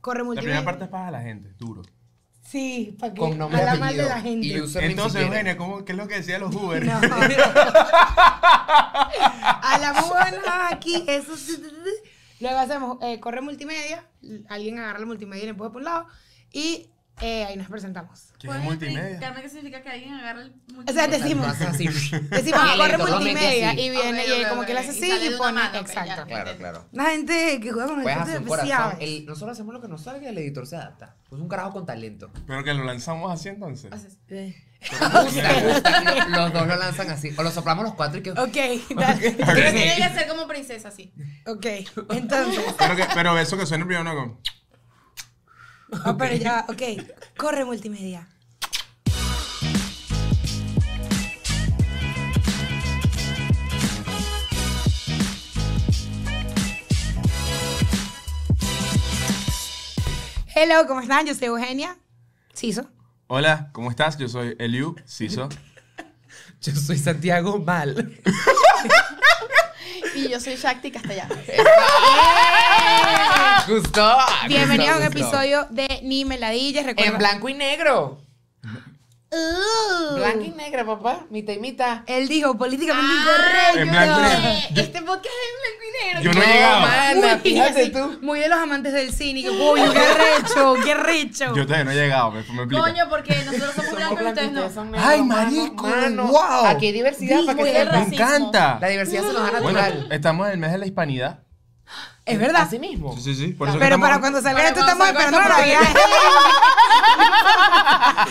Corre La multimedia. primera parte es para la gente, duro. Sí, para que Con nombre y habla mal de apellido. la gente. Y username Entonces, siquiera. Eugenia, ¿cómo, ¿qué es lo que decían los Uber? No. A la buena, aquí, eso sí. sí, sí. Luego hacemos eh, corre multimedia, alguien agarra la multimedia y le empuja por un lado y eh, ahí nos presentamos. ¿Qué es ¿Puedes multimedia? explicarme qué significa que alguien agarra el O sea, multimedia? decimos, Lo haces así. decimos Ah, corre lento, totalmente multimedia así. y viene Ok, y ok, como que le hace ok. Y así sale y de una pone, mano, ok, ya. exacto. Claro, claro. La gente que juega con Puedes efectos hacer un corazón. especiales. El- nosotros hacemos lo que nos salga y el editor se adapta. Pues un carajo con talento. Pero que lo lanzamos así entonces. Haces- Eh, Gusta, gusta, lo- los dos lo lanzan así. O lo soplamos los cuatro y que. Ok, dale. Pero tiene que ser como princesa, sí. Ok, entonces, Pero, que, pero eso que suena el primero, ¿no? ah, pero ya, ok, corre multimedia. Hello, ¿cómo están? Yo soy Eugenia. Siso. Hola, ¿cómo estás? Yo soy Eliu Siso. Yo soy Santiago Mal. Y yo soy Shakti Castellano. Gustó. Bienvenidos a un gustó, gustó. episodio de Ni Meladillas. Recuerda... En blanco y negro. Uh, Blanco y negro, papá. Mitad y mitad. Él dijo políticamente Ah, incorrecto. En blanco y negro. Este podcast es en blanco y negro. Yo no he llegado. Mana, Uy, fíjate así, tú. Muy de los amantes del cine. Que, uy, qué recho, qué recho. Yo todavía no he llegado, me, me explica. Coño, porque nosotros somos blancos y ustedes no. Ay, marico, wow. Aquí hay diversidad para que Digo, se el me vea. racismo. encanta. La diversidad se nos da Bueno, natural. estamos en el mes de la hispanidad. es verdad. Así mismo. Sí, sí, sí. Por eso que Pero estamos- para cuando salga Para esto cuando estamos salga esperando la esta Navidad.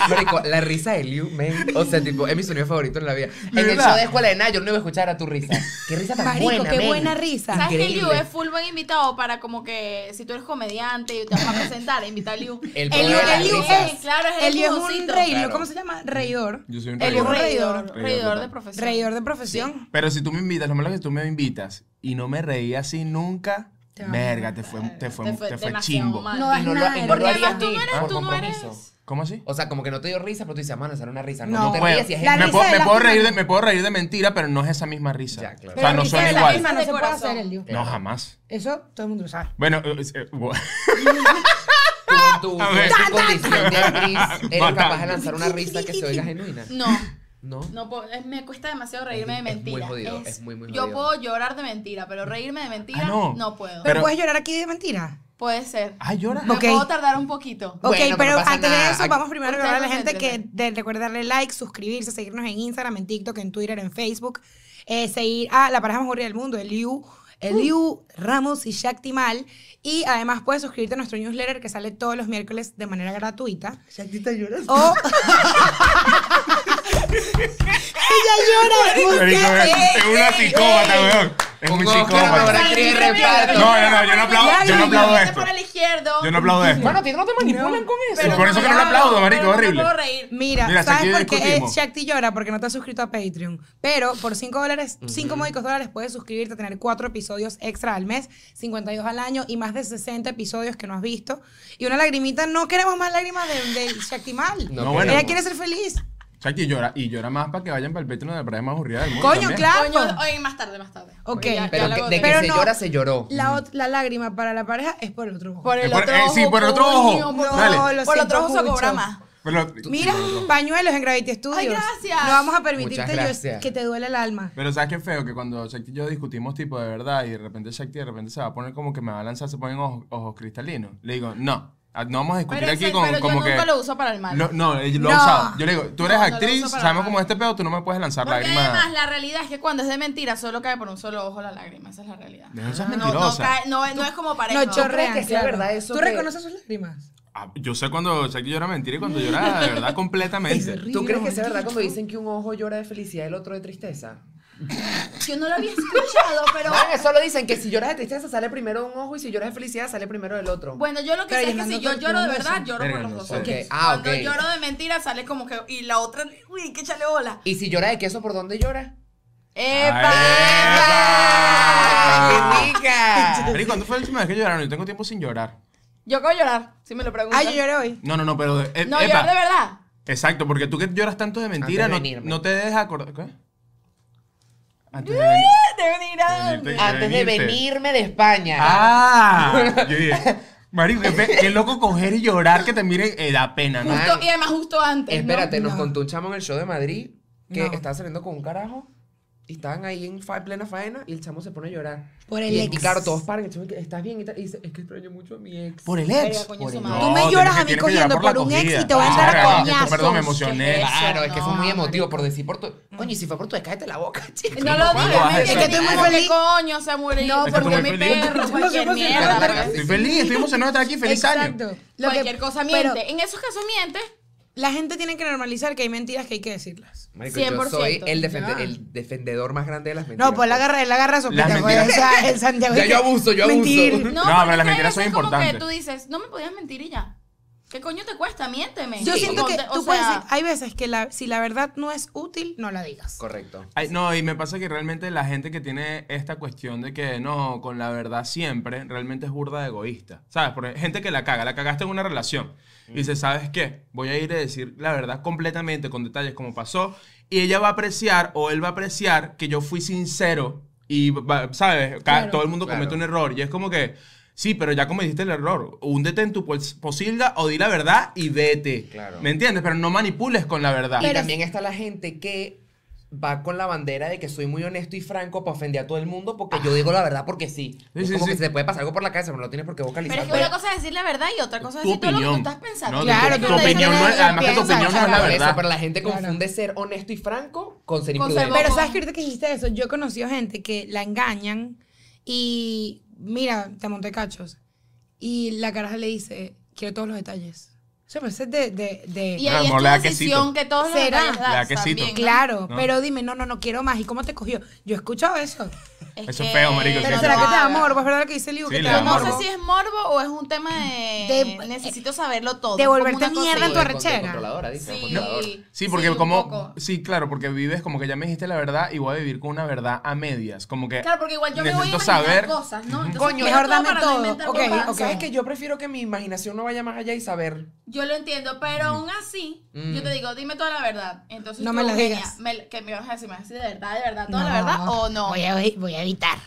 Marico, la risa de Liu, men. O sea, tipo, es mi sonido favorito en la vida. En el ¿Verdad? show de escuela de nada, yo no iba a escuchar a tu risa. Qué risa tan Marico, buena, qué men. buena risa. ¿Sabes que Liu Increíble. es full buen invitado para como que si tú eres comediante y te vas a presentar, invita a Liu. El El Liu poder de las el Liu risas. es, Claro, es el el Liu es un empujoncito. reidor. Claro. ¿Cómo se llama? Reidor. Yo soy un El Liu es traidor. un reidor. Reidor, reidor de total. profesión. Reidor de profesión. Pero si tú me invitas, lo malo es que tú me invitas y no me reí así nunca, Te va a verga, te fue, te fue, te fue, demasiado chimbo. mal. No, Y no lo, y no Porque lo además harías tú ni no eres- por tú no eres- compromiso. ¿Cómo así? O sea, como que no te dio risa, pero tú dices, mano, esa era una risa. No, No. no te Bueno, rías y es la el- me, risa puedo, de me la puedo reír de, comedia. me puedo reír de mentira, pero no es esa misma risa. Ya, claro. O sea, Pero no risa son de la igual. misma no De se puede corazón. hacer el Liu. No, jamás. Eso todo el mundo lo sabe. Eh. Bueno, es- eh, bu- tú en tu, A ver. en tu condición de actriz, eres Bastante. capaz de lanzar una risa que se oiga genuina. No, No. no puedo- es- me cuesta demasiado reírme Es- de es muy mentira. jodido, es muy, muy Yo jodido. puedo llorar de mentira, pero reírme de mentira Ah, no. no. Pero puedo. Pero- puedes llorar aquí de mentira. Puede ser. Ay, llora. Me Ok. puedo tardar un poquito. Ok, Bueno, pero pero no pasa antes de nada. eso, Aquí- vamos primero a recordar a la Ustedes gente nos que entretienen. de, recuerda darle like, suscribirse, seguirnos en Instagram, en TikTok, en Twitter, en Facebook, eh, seguir a la pareja más aburrida del mundo, el Liu, el Liu, Ramos y Shakti Mal. Y además puedes suscribirte a nuestro newsletter que sale todos los miércoles de manera gratuita. Shakita lloras. O. Ella llora. Eh, Marico, búsquete. es es una psicópata, weón. Es un Conozco a la mejor psicópata. actriz de Ay, reparto. No, no, no, yo no aplaudo, Ya, yo ya, no aplaudo Vete esto. para la izquierda. Yo no aplaudo esto. Mano, a ti no te manipulan con eso. Sí, por eso que no lo aplaudo, marico, pero horrible. No me puedo reír. Mira, Mira, hasta ¿sabes aquí por qué eh, discutimos. Shakti llora? Porque no te has suscrito a Patreon. Pero por 5 dólares, 5 módicos dólares, puedes suscribirte a tener 4 episodios extra al mes, 52 al año y más de 60 episodios que no has visto. Y una lagrimita, no queremos más lágrimas de, de Shakti mal. No, bueno. Ella quiere ser feliz. Shakti llora y llora más para que vayan para el Patreon de la pareja más aburrida del mundo. Coño, también. claro. Coño, oye, más tarde, más tarde. Ok. Ya, Pero ya que- la de que boté. se llora, se lloró. La, ot- la lágrima para la pareja es por el otro ojo. Por el Eh, por- otro eh, ojo. sí, por el otro coño, ojo. por- No, Dale. lo Por el siento, otro ojo se Pucho. cobra más. Pero, Mira, pañuelos en Gravity Studios. Ay, gracias. No vamos a permitirte Muchas yo- gracias. que te duele el alma. pero ¿sabes qué feo? Que cuando Shakti y yo discutimos tipo de verdad y de repente Shakti de repente se va a poner como que me va a lanzar, se ponen ojos, ojos cristalinos. Le digo, no, ah, no vamos a discutir Pero, aquí ese- con, pero como yo que... nunca lo uso para el mal. Lo- no, eh, lo he No. usado. Yo le digo, tú eres No, no lo actriz, uso para sabemos nada. cómo es este pedo, tú no me puedes lanzar Porque además lágrimas. la realidad es que cuando es de mentira solo cae por un solo ojo la lágrima, esa es la realidad. No seas no, no, mentirosa. cae, no, no es como pareja. no chorrea. chorrean, que sea claro. verdad eso ¿Tú que- reconoces sus lágrimas? Ah, yo sé cuando Shakti llora mentira y cuando llora de verdad completamente. ¿Tú crees que sea verdad cuando dicen que un ojo llora de felicidad y el otro de tristeza? Yo no lo había escuchado, pero Bueno, eso lo dicen que si lloras de tristeza sale primero un ojo y si lloras de felicidad sale primero el otro. bueno, yo lo que Pero sé es que Yolanda si yo está lloro de estudiando verdad, eso. lloro Verga, por los no dos sé. ojos. Ok, ah, Cuando ok. lloro de mentira sale como que y la otra, uy, que chale bola. Y si llora de queso, ¿por dónde llora? ¡Epa! ¡Epa! ¡Qué rica! Pero ¿y cuándo fue la última vez que lloraron? Yo tengo tiempo sin llorar. Yo acabo de llorar, si me lo preguntan. Ay, yo lloré hoy. No, no, no, pero... de- eh, No, epa. llorar de verdad. Exacto, porque tú que lloras tanto de mentira, Antes de no, venirme. no te dejas acordar. ¿Qué? Antes de venir. De Ah, venir a De venirte. Antes de venirte. Ah, venirme de España. ¡Ah! Yo dije, Marico, qué, pe- qué loco coger y llorar que te miren. eh, da pena, ¿no? Justo, y además justo antes. ¿no? Eh, Espérate, nos no. contó un chamo en el show de Madrid que No. estaba saliendo con un carajo y estaban ahí en fa- plena faena y el chamo se pone a llorar. Por el y, ex. Y claro, todos paran, el chamo que, estás bien y tal. Y dice, es que extraño mucho a mi ex. Por el Verga, ex. coño, por su el- madre. Tú me tienes lloras que- a mí tienes que cogiendo llorar por la un ex cogida. y te voy a entrar a Verga, coñazos. Perdón, me ¿Qué emocioné. es Claro, Eso es que fue muy no, emotivo por marico. decir por tu. Coño, y si fue por tu ex, cállate la boca, chico. No lo ¿Cómo digas, vas a es hacer? que estoy muy feliz. Coño, se murió. No, No, Es que porque estoy muy mi feliz. perro, cualquier Somos mierda. emocionados, ¿verdad? pero- Estoy feliz, estoy emocionado de estar aquí. ¡Feliz año! Exacto. Lo que- Cualquier cosa pero miente. en esos casos miente. La gente tiene que normalizar que hay mentiras que hay que decirlas. Marico, yo soy 100%. el, defende- Ya. el defendedor más grande de las mentiras. No, pues la agarra, la agarra sopita, Las pues, mentiras. o sea, en Santiago. Ya, hay yo que abuso, yo abuso. mentir. No, No, pero porque las ¿sabes? mentiras son Es como importantes. que tú dices, no me podías mentir y ya. ¿Qué coño te cuesta? Miénteme. Yo Sí. siento que Como te- tú o puedes, sea, hay veces que la, si la verdad no es útil, no la digas. Correcto. Ay, no, y me pasa que realmente la gente que tiene esta cuestión de que no, con la verdad siempre, realmente es burda de egoísta. ¿Sabes? Porque gente que la caga, la cagaste en una relación. Y dice, ¿sabes qué? Voy a ir a decir la verdad completamente, con detalles como pasó. Y ella va a apreciar o él va a apreciar que yo fui sincero. Y, va- ¿sabes? Ca- Claro. Todo el mundo comete Claro. un error. Y es como que, sí, pero ya cometiste el error. Húndete en tu pos- posilga o di la verdad y vete. Claro. ¿Me entiendes? Pero no manipules con la verdad. Y Pero- también está la gente que va con la bandera de que soy muy honesto y franco para ofender a todo el mundo porque yo digo la verdad porque sí. Sí, es sí, como sí. que se te puede pasar algo por la cabeza, pero no tienes por qué vocalizar. Pero es que una cosa es decir la verdad y otra cosa es tu decir todo lo que tú opinión, estás pensando. ¿no? Claro, tu, tú tu lo opinión no es, piensas, además que tu piensas, opinión no es la claro. Por eso, verdad. pero la gente Claro. confunde ser honesto y franco con ser Con imprudente. ser Pero Ojo. sabes que ahorita que dijiste eso, yo he conocido gente que la engañan y mira, te monté cachos. Y la caraja le dice, quiero todos los detalles. O sea, pero eso es de... de- de- Y Ah, ahí es amor, tu le da quesito. decisión que todos los Será. detalles Le da das quesito. también, ¿no? Claro, No. pero dime, no, no, no quiero más. ¿Y cómo te cogió? Yo he escuchado eso. Eso es feo, marico, Pero sí. será que te da hagas. morbo, es verdad lo que dice Liu, Sí, que te le da da No morbo. sé si es morbo o es un tema de, De- necesito saberlo todo. de es como volverte una cosa mierda en así. tu arrechera. Controladora, dice, Sí, controlador. Sí, porque un como... poco. Sí, claro, porque vives como que ya me dijiste la verdad y voy a vivir con una verdad a medias. Como que... Claro, porque igual yo me voy a necesito imaginar saber... cosas, ¿no? Entonces, Coño, quiero mejor dame para no todo. inventar Ok, bobadas. ok. ¿Sabes que yo prefiero que mi imaginación no vaya más allá y saber? Yo lo entiendo, pero aún así, yo te digo, dime toda la verdad. Entonces, No tú, me la Eugenia, digas. me la- que me vas a decir, me vas a decir de verdad, de verdad, toda la verdad o no. Voy a, voy a evitar.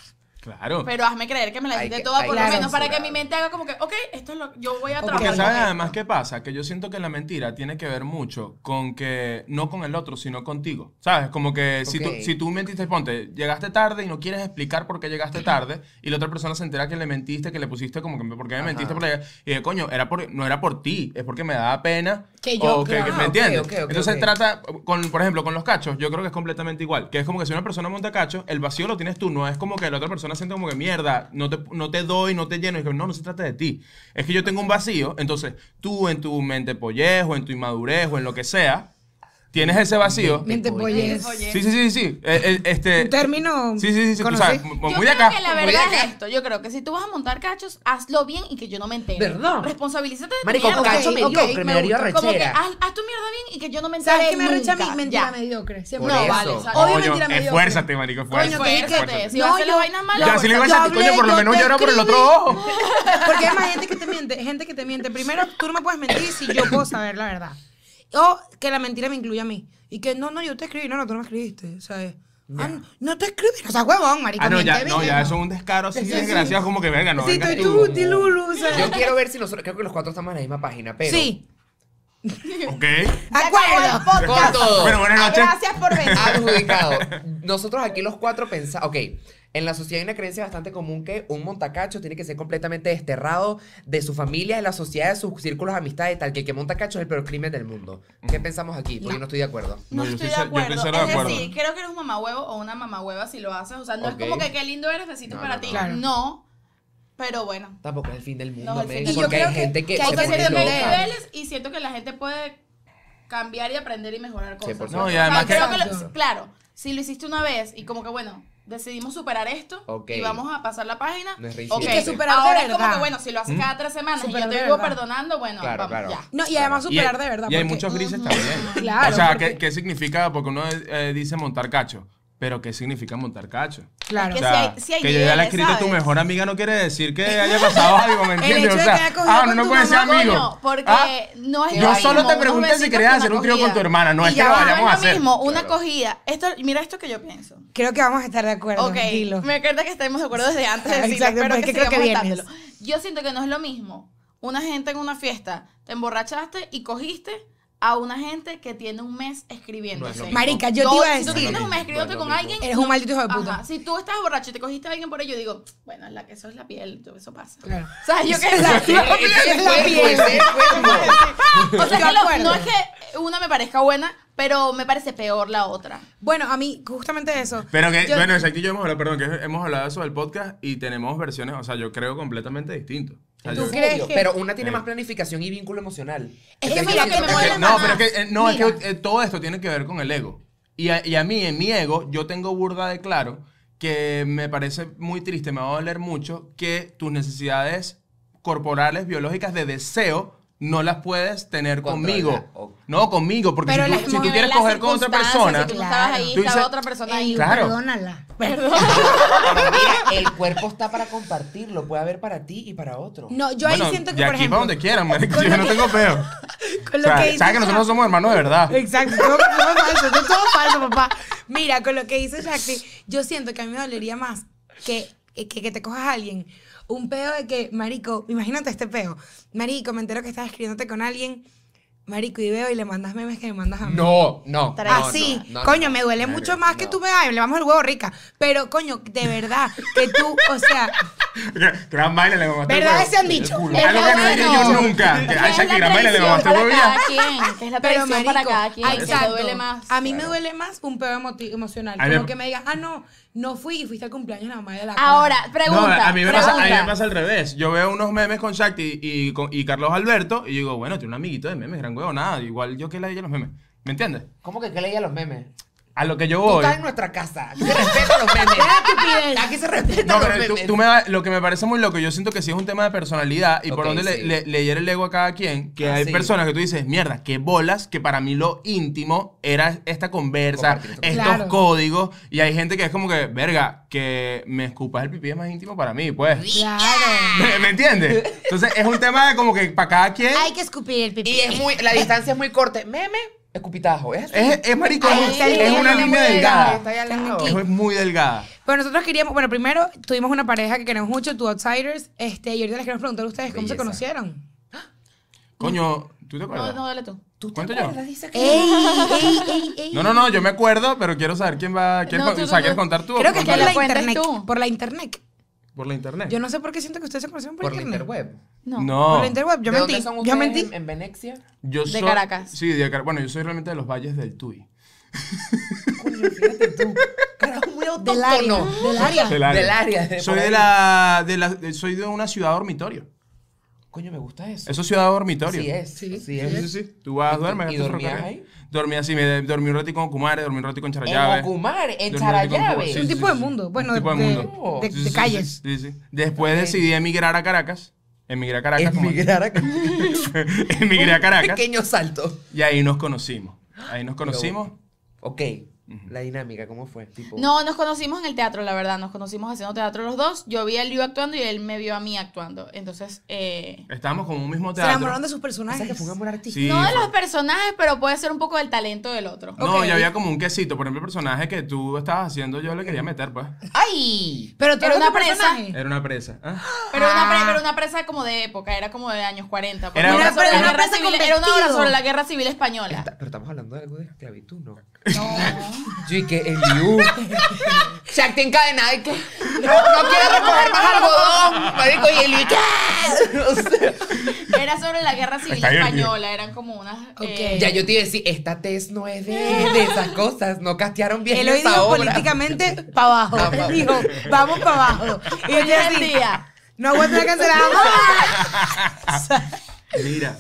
Claro. Pero hazme creer que me la Hay dijiste que- toda hay por que lo menos para que censurar. mi mente haga como que, ok, esto es lo yo voy a Porque, trabajar. Porque con sabes esto. además qué pasa, que yo siento que la mentira tiene que ver mucho con que no con el otro, sino contigo. ¿Sabes? Como que si, Ok. tú, si tú mentiste, ponte, llegaste tarde y no quieres explicar por qué llegaste tarde y la otra persona se entera que le mentiste, que le pusiste como que "¿Por qué me Ajá. mentiste por la-?" y de coño, era por, no era por ti, es porque me daba pena Que yo, o claro. ¿me Ah, ok, entiendes? ok, ok, Entonces ok. trata con por ejemplo, con los cachos, yo creo que es completamente igual, que es como que si una persona monta cachos, el vacío lo tienes tú, no es como que la otra persona siente como que mierda, no te no te doy, no te lleno, y que no, no se trata de ti. Es que yo tengo un vacío, entonces tú en tu mente pollejo, en tu inmadurez o en lo que sea, tienes ese vacío. Miente Oye. polles. Oye. Sí, sí, sí, sí. eh, eh, este Un término Sí, sí, sí, sí, tú conocí. sabes, muy Yo muy creo acá. que la muy verdad acá. es esto. Yo creo que si tú vas a montar cachos, hazlo bien y que yo no me entere. ¿Verdad? Responsabilízate de tu Marico, mierda. cacho ok, mediocre, me me daría gusta. Como que rechera. haz, haz tu mierda bien y que yo no me entere ¿Sabes qué me arrecha a mí? nunca. Mentira Ya. mediocre. Siempre. Por No, eso. vale, o sea, Obvio, Coño, mentira mediocre. esfuérzate, marico, Coño, esfuérzate. te dije Esfuérzate. que- Si vas a hacer las vainas malas, Ya, si le ibas yo a decir, hablé, coño, por lo yo menos te llora por el otro escribí. ojo. Porque además gente que te miente, gente que te miente. Primero, tú no me puedes mentir si yo puedo saber la verdad. O que la mentira me incluya a mí. Y que no, no, yo te escribí, no, no, tú no me escribiste. ¿sabes? Ah, no, no te escribí. O sea, huevón, marico. Ah, no, ya, miente no, bien. ya, eso es un descaro así Sí, sí. desgraciado, como que verga, no, Sí, vengas tú, tú. tú, ti, Lulu, o sea. Yo quiero ver si nosotros, creo que los cuatro estamos en la misma página, pero... Sí, Ok. acuerdo. Con todo. Bueno, buenas noches. Gracias por venir. adjudicado. Nosotros aquí los cuatro pensamos, ok, en la sociedad hay una creencia bastante común que un montacacho tiene que ser completamente desterrado de su familia, de la sociedad, de sus círculos de amistades, tal que el que monta cacho es el peor crimen del mundo. ¿Qué pensamos aquí? Porque yo no estoy de acuerdo. No, No, yo estoy estoy de ce- yo acuerdo. estoy cero de es acuerdo. decir, creo que eres un mamahuevo o una mamahueva si lo haces. O sea, no Ok. es como que qué lindo eres, besitos No, para no, ti. no. Claro. No, pero bueno. Tampoco es el fin del mundo, No, el fin men, del mundo. porque Y yo hay creo gente que- que, que se hay que Porque pone ser siento que hay loca. niveles y siento que la gente puede cambiar y aprender y mejorar cosas. 100%. No, y O sea, además que. creo que lo- Exacto. claro, si lo hiciste una vez y como que bueno, decidimos superar esto Ok. y vamos a pasar la página. No es ok. rígido. Y que superar de Ahora es como verdad. que bueno, si lo haces cada tres semanas y Superar yo te de vivo verdad. perdonando, bueno, Claro, vamos, claro. ya. No, y además Y- superar de verdad. Y hay porque- muchos grises también. Claro, O sea, porque- ¿qué, qué significa? Porque uno eh, dice montar cacho. Pero ¿qué significa montar cacho? Claro. O Que si sea, hay- si hay que yo ya le he niveles, escrito a tu ¿sabes? mejor amiga no quiere decir que haya pasado algo, ¿me entiendes? hecho o de sea, que haya cogido ah, con no tu me puedes ser mamá, amigo. Coño, porque Ah, no es lo yo mismo, solo te unos pregunté si besitos querías que hacer una un trío con tu cogida. hermana, no Y es que ya lo va, vayamos a es lo hacer. mismo, una Claro. cogida. Esto, mira esto que yo pienso. Creo que vamos a estar de acuerdo. ok, dilo. me encanta que estemos de acuerdo desde antes de decirlo, Exacto, pero pero que, es que creo que sigamos vienes. estándolo. Yo siento que no es lo mismo una gente en una fiesta, te emborrachaste y cogiste a una gente que tiene un mes escribiéndose. No es lo Marica, yo No, te iba a Si tú decir. tienes un mes No es escribiéndote lo con mismo. alguien. Eres un maldito hijo de puta. Ajá, Si tú estás borracho y te cogiste a alguien por ello, digo, bueno, es la que eso es la piel, yo- eso pasa. Claro. O sea, yo qué Esa es la- esa es la piel. O sea, Yo que lo- acuerdo. no es que una me parezca buena, pero me parece peor la otra. Bueno, a mí, justamente eso. Pero que, Yo- bueno, exacto, y yo hemos hablado, perdón, que hemos hablado de eso del podcast y tenemos versiones, o sea, yo creo completamente distintas. O sea, ¿Tú yo- crees? que- Pero una tiene Eh. más planificación y vínculo emocional. Es que Entonces, yo mira que siento me mueve la no, manada. pero es que, eh, no, es Mira. que eh, todo esto tiene que ver con el ego. Y a, y a mí, en mi ego, yo tengo burda de claro que me parece muy triste, me va a doler mucho que tus necesidades corporales, biológicas, de deseo, no las puedes tener Controlar, conmigo. ok. No, conmigo, porque Pero si las tú, si tú mueve quieres las coger con otra circunstancias, persona... Si tú no estabas ahí, Tú estaba dices- otra persona Ey, ahí. Claro. Perdónala. Pero mira, el cuerpo está para compartirlo, puede haber para ti y para otro. No, yo ahí Bueno, siento que, de por aquí ejemplo. para donde quieran, marico, yo no tengo feo. con O lo sea, que dice sabes que nosotros somos hermanos de verdad. Exacto, todo, todo falso, todo, todo falso, papá. Mira, con lo que dice Shakti, yo siento que a mí me dolería más que, que, que te cojas a alguien. Un peo de que, marico, imagínate este peo. Marico, me entero que estás escribiéndote con alguien, marico, y veo y le mandas memes que me mandas a mí. No, no. Tra- no, Así, no, no, Ah, coño, no, me duele no, mucho no, más que no. tú me ay, le vamos el huevo rica. Pero, coño, de verdad, que tú, o sea, Gran baile le mamaste el ¿Verdad? huevo. Se han dicho. Es Algo lo que no dije bueno. yo nunca. Que, ay, ¿Qué es Shakira, la gran baile le traición mamaste el para huevo y ya. cada quien? ¿Qué es la Pero traición para marico, cada quien? ah, ¿Qué te exacto. duele más? A mí me duele más un pedo emoti- emocional. A mí Como me- que me digas, ah, no, no fui y fuiste al cumpleaños de la mamá de la Cora". Ahora, pregunta. no, a mí, me pregunta. pasa, a mí me pasa al revés. Yo veo unos memes con Shakti y, con- y Carlos Alberto y digo, bueno, tiene un amiguito de memes, gran huevo, nada. Igual yo que le dije los memes. ¿Me entiendes? ¿Cómo que qué leía los memes? A lo que yo Tú voy. estás en nuestra casa. Aquí se respetan los memes. Aquí se respetan No, los pero tú, memes. tú me, va- lo que me parece muy loco, yo siento que sí es un tema de personalidad y por Ok, donde le, sí. le- leyera el ego a cada quien, que Ah, hay sí. personas que tú dices, mierda, qué bolas, que para mí lo íntimo era esta conversa, Compartir esto. estos Claro. códigos, y hay gente que es como que, verga, que me escupas el pipí es más íntimo para mí, pues. Claro. ¿Me, me entiendes? Entonces es un tema de como que para cada quien Hay que escupir el pipí. Y es muy, la distancia es muy corta. Meme, escupitajo. Es así. es, es maricón, Ahí es, está el una tema, línea muy delgada. Está ahí al lado. Es muy delgada. Pero Pues nosotros queríamos, bueno, primero tuvimos una pareja que queremos mucho, Two Outsiders, este, y ahorita les queremos preguntar a ustedes cómo se Belleza. conocieron. Coño, ¿tú te No, acuerdas? no, dale tú. ¿Tú te ¿Cuánto acuerdas? yo? Dice que- ¡Ey, ey, ey, ey! No, no, no, yo me acuerdo, pero quiero saber quién va. ¿Quieres, No, con- tú, o sea, tú, ¿quieres tú. contar tú? o Creo que es cuento por Cuéntale, la cuentas internet. tú. Por la internet. yo? por la internet. Yo no sé por qué siento que ustedes se conocieron por, Por la internet. interweb. No. Por No. la interweb, yo ¿De mentí. dónde son Yo ustedes mentí. En, en Venecia. Yo De soy, Caracas. Sí, de Caracas. Bueno, yo soy realmente de los valles del Tuy. Coño, fíjate tú. Carajo, muy Del área. autóctono. Del área. Del Ah, Del área, de soy por de ahí. la, de la- de- soy de una ciudad dormitorio. Coño, me gusta eso. Eso es ciudad dormitorio. Sí es. Sí. Sí Sí, es. sí, sí. Tú vas, ¿Y- duermes. y gastas dormías ferrocarril. ahí? Dormí así, me, dormí un ratito con Kumare, dormí un ratito con Charallave. En Ocumar, en Dormí un ratito con Charallave. Cuba. Es un Sí, tipo sí, de sí. mundo. Un Bueno, tipo de de- mundo. de- Sí, sí, de sí, calles. sí, sí. Después decidí emigrar a Caracas. Emigré a Caracas. como- Emigrar a emigré a Un Caracas. pequeño salto. Y ahí nos conocimos. Ahí nos conocimos. Ok. La dinámica, ¿cómo fue? Tipo, No, nos conocimos en el teatro, la verdad. Nos conocimos haciendo teatro los dos. Yo vi a Liu actuando y él me vio a mí actuando. Entonces, eh, Estábamos como en un mismo Se teatro. enamoraron de sus O sea, personajes. que fue un amor artístico. Sí, no de fue- los personajes, pero puede ser un poco del talento del otro. No, Ok. y había como un quesito. Por ejemplo, el personaje que tú estabas haciendo, yo le quería meter, pues. ¡Ay! Pero tú Era eres una un presa. personaje. Era una presa. ¿ah? Pero, una Ah. pre- pero una presa como de época, era como de años 40. porque Era una- sobre pero la una guerra presa civil- con era una obra vestido. sobre la guerra civil española. Está- Pero estamos hablando de algo de esclavitud, ¿no? No. Yo y que el Liu. Shakti encadenada y que. No, no quiero recoger más algodón. Marico, y el Liu. ¿qué? O sea, Era sobre la guerra civil Está divertido. española, eran como unas... eh, ya yo te iba a decir, esta test no es de, de esas cosas. No castearon bien Él hoy esa dijo obra. políticamente para abajo. Ah, Él pa' dijo, vamos para abajo. Y yo Hoy en así, día. no aguanto la cancelada. Mira.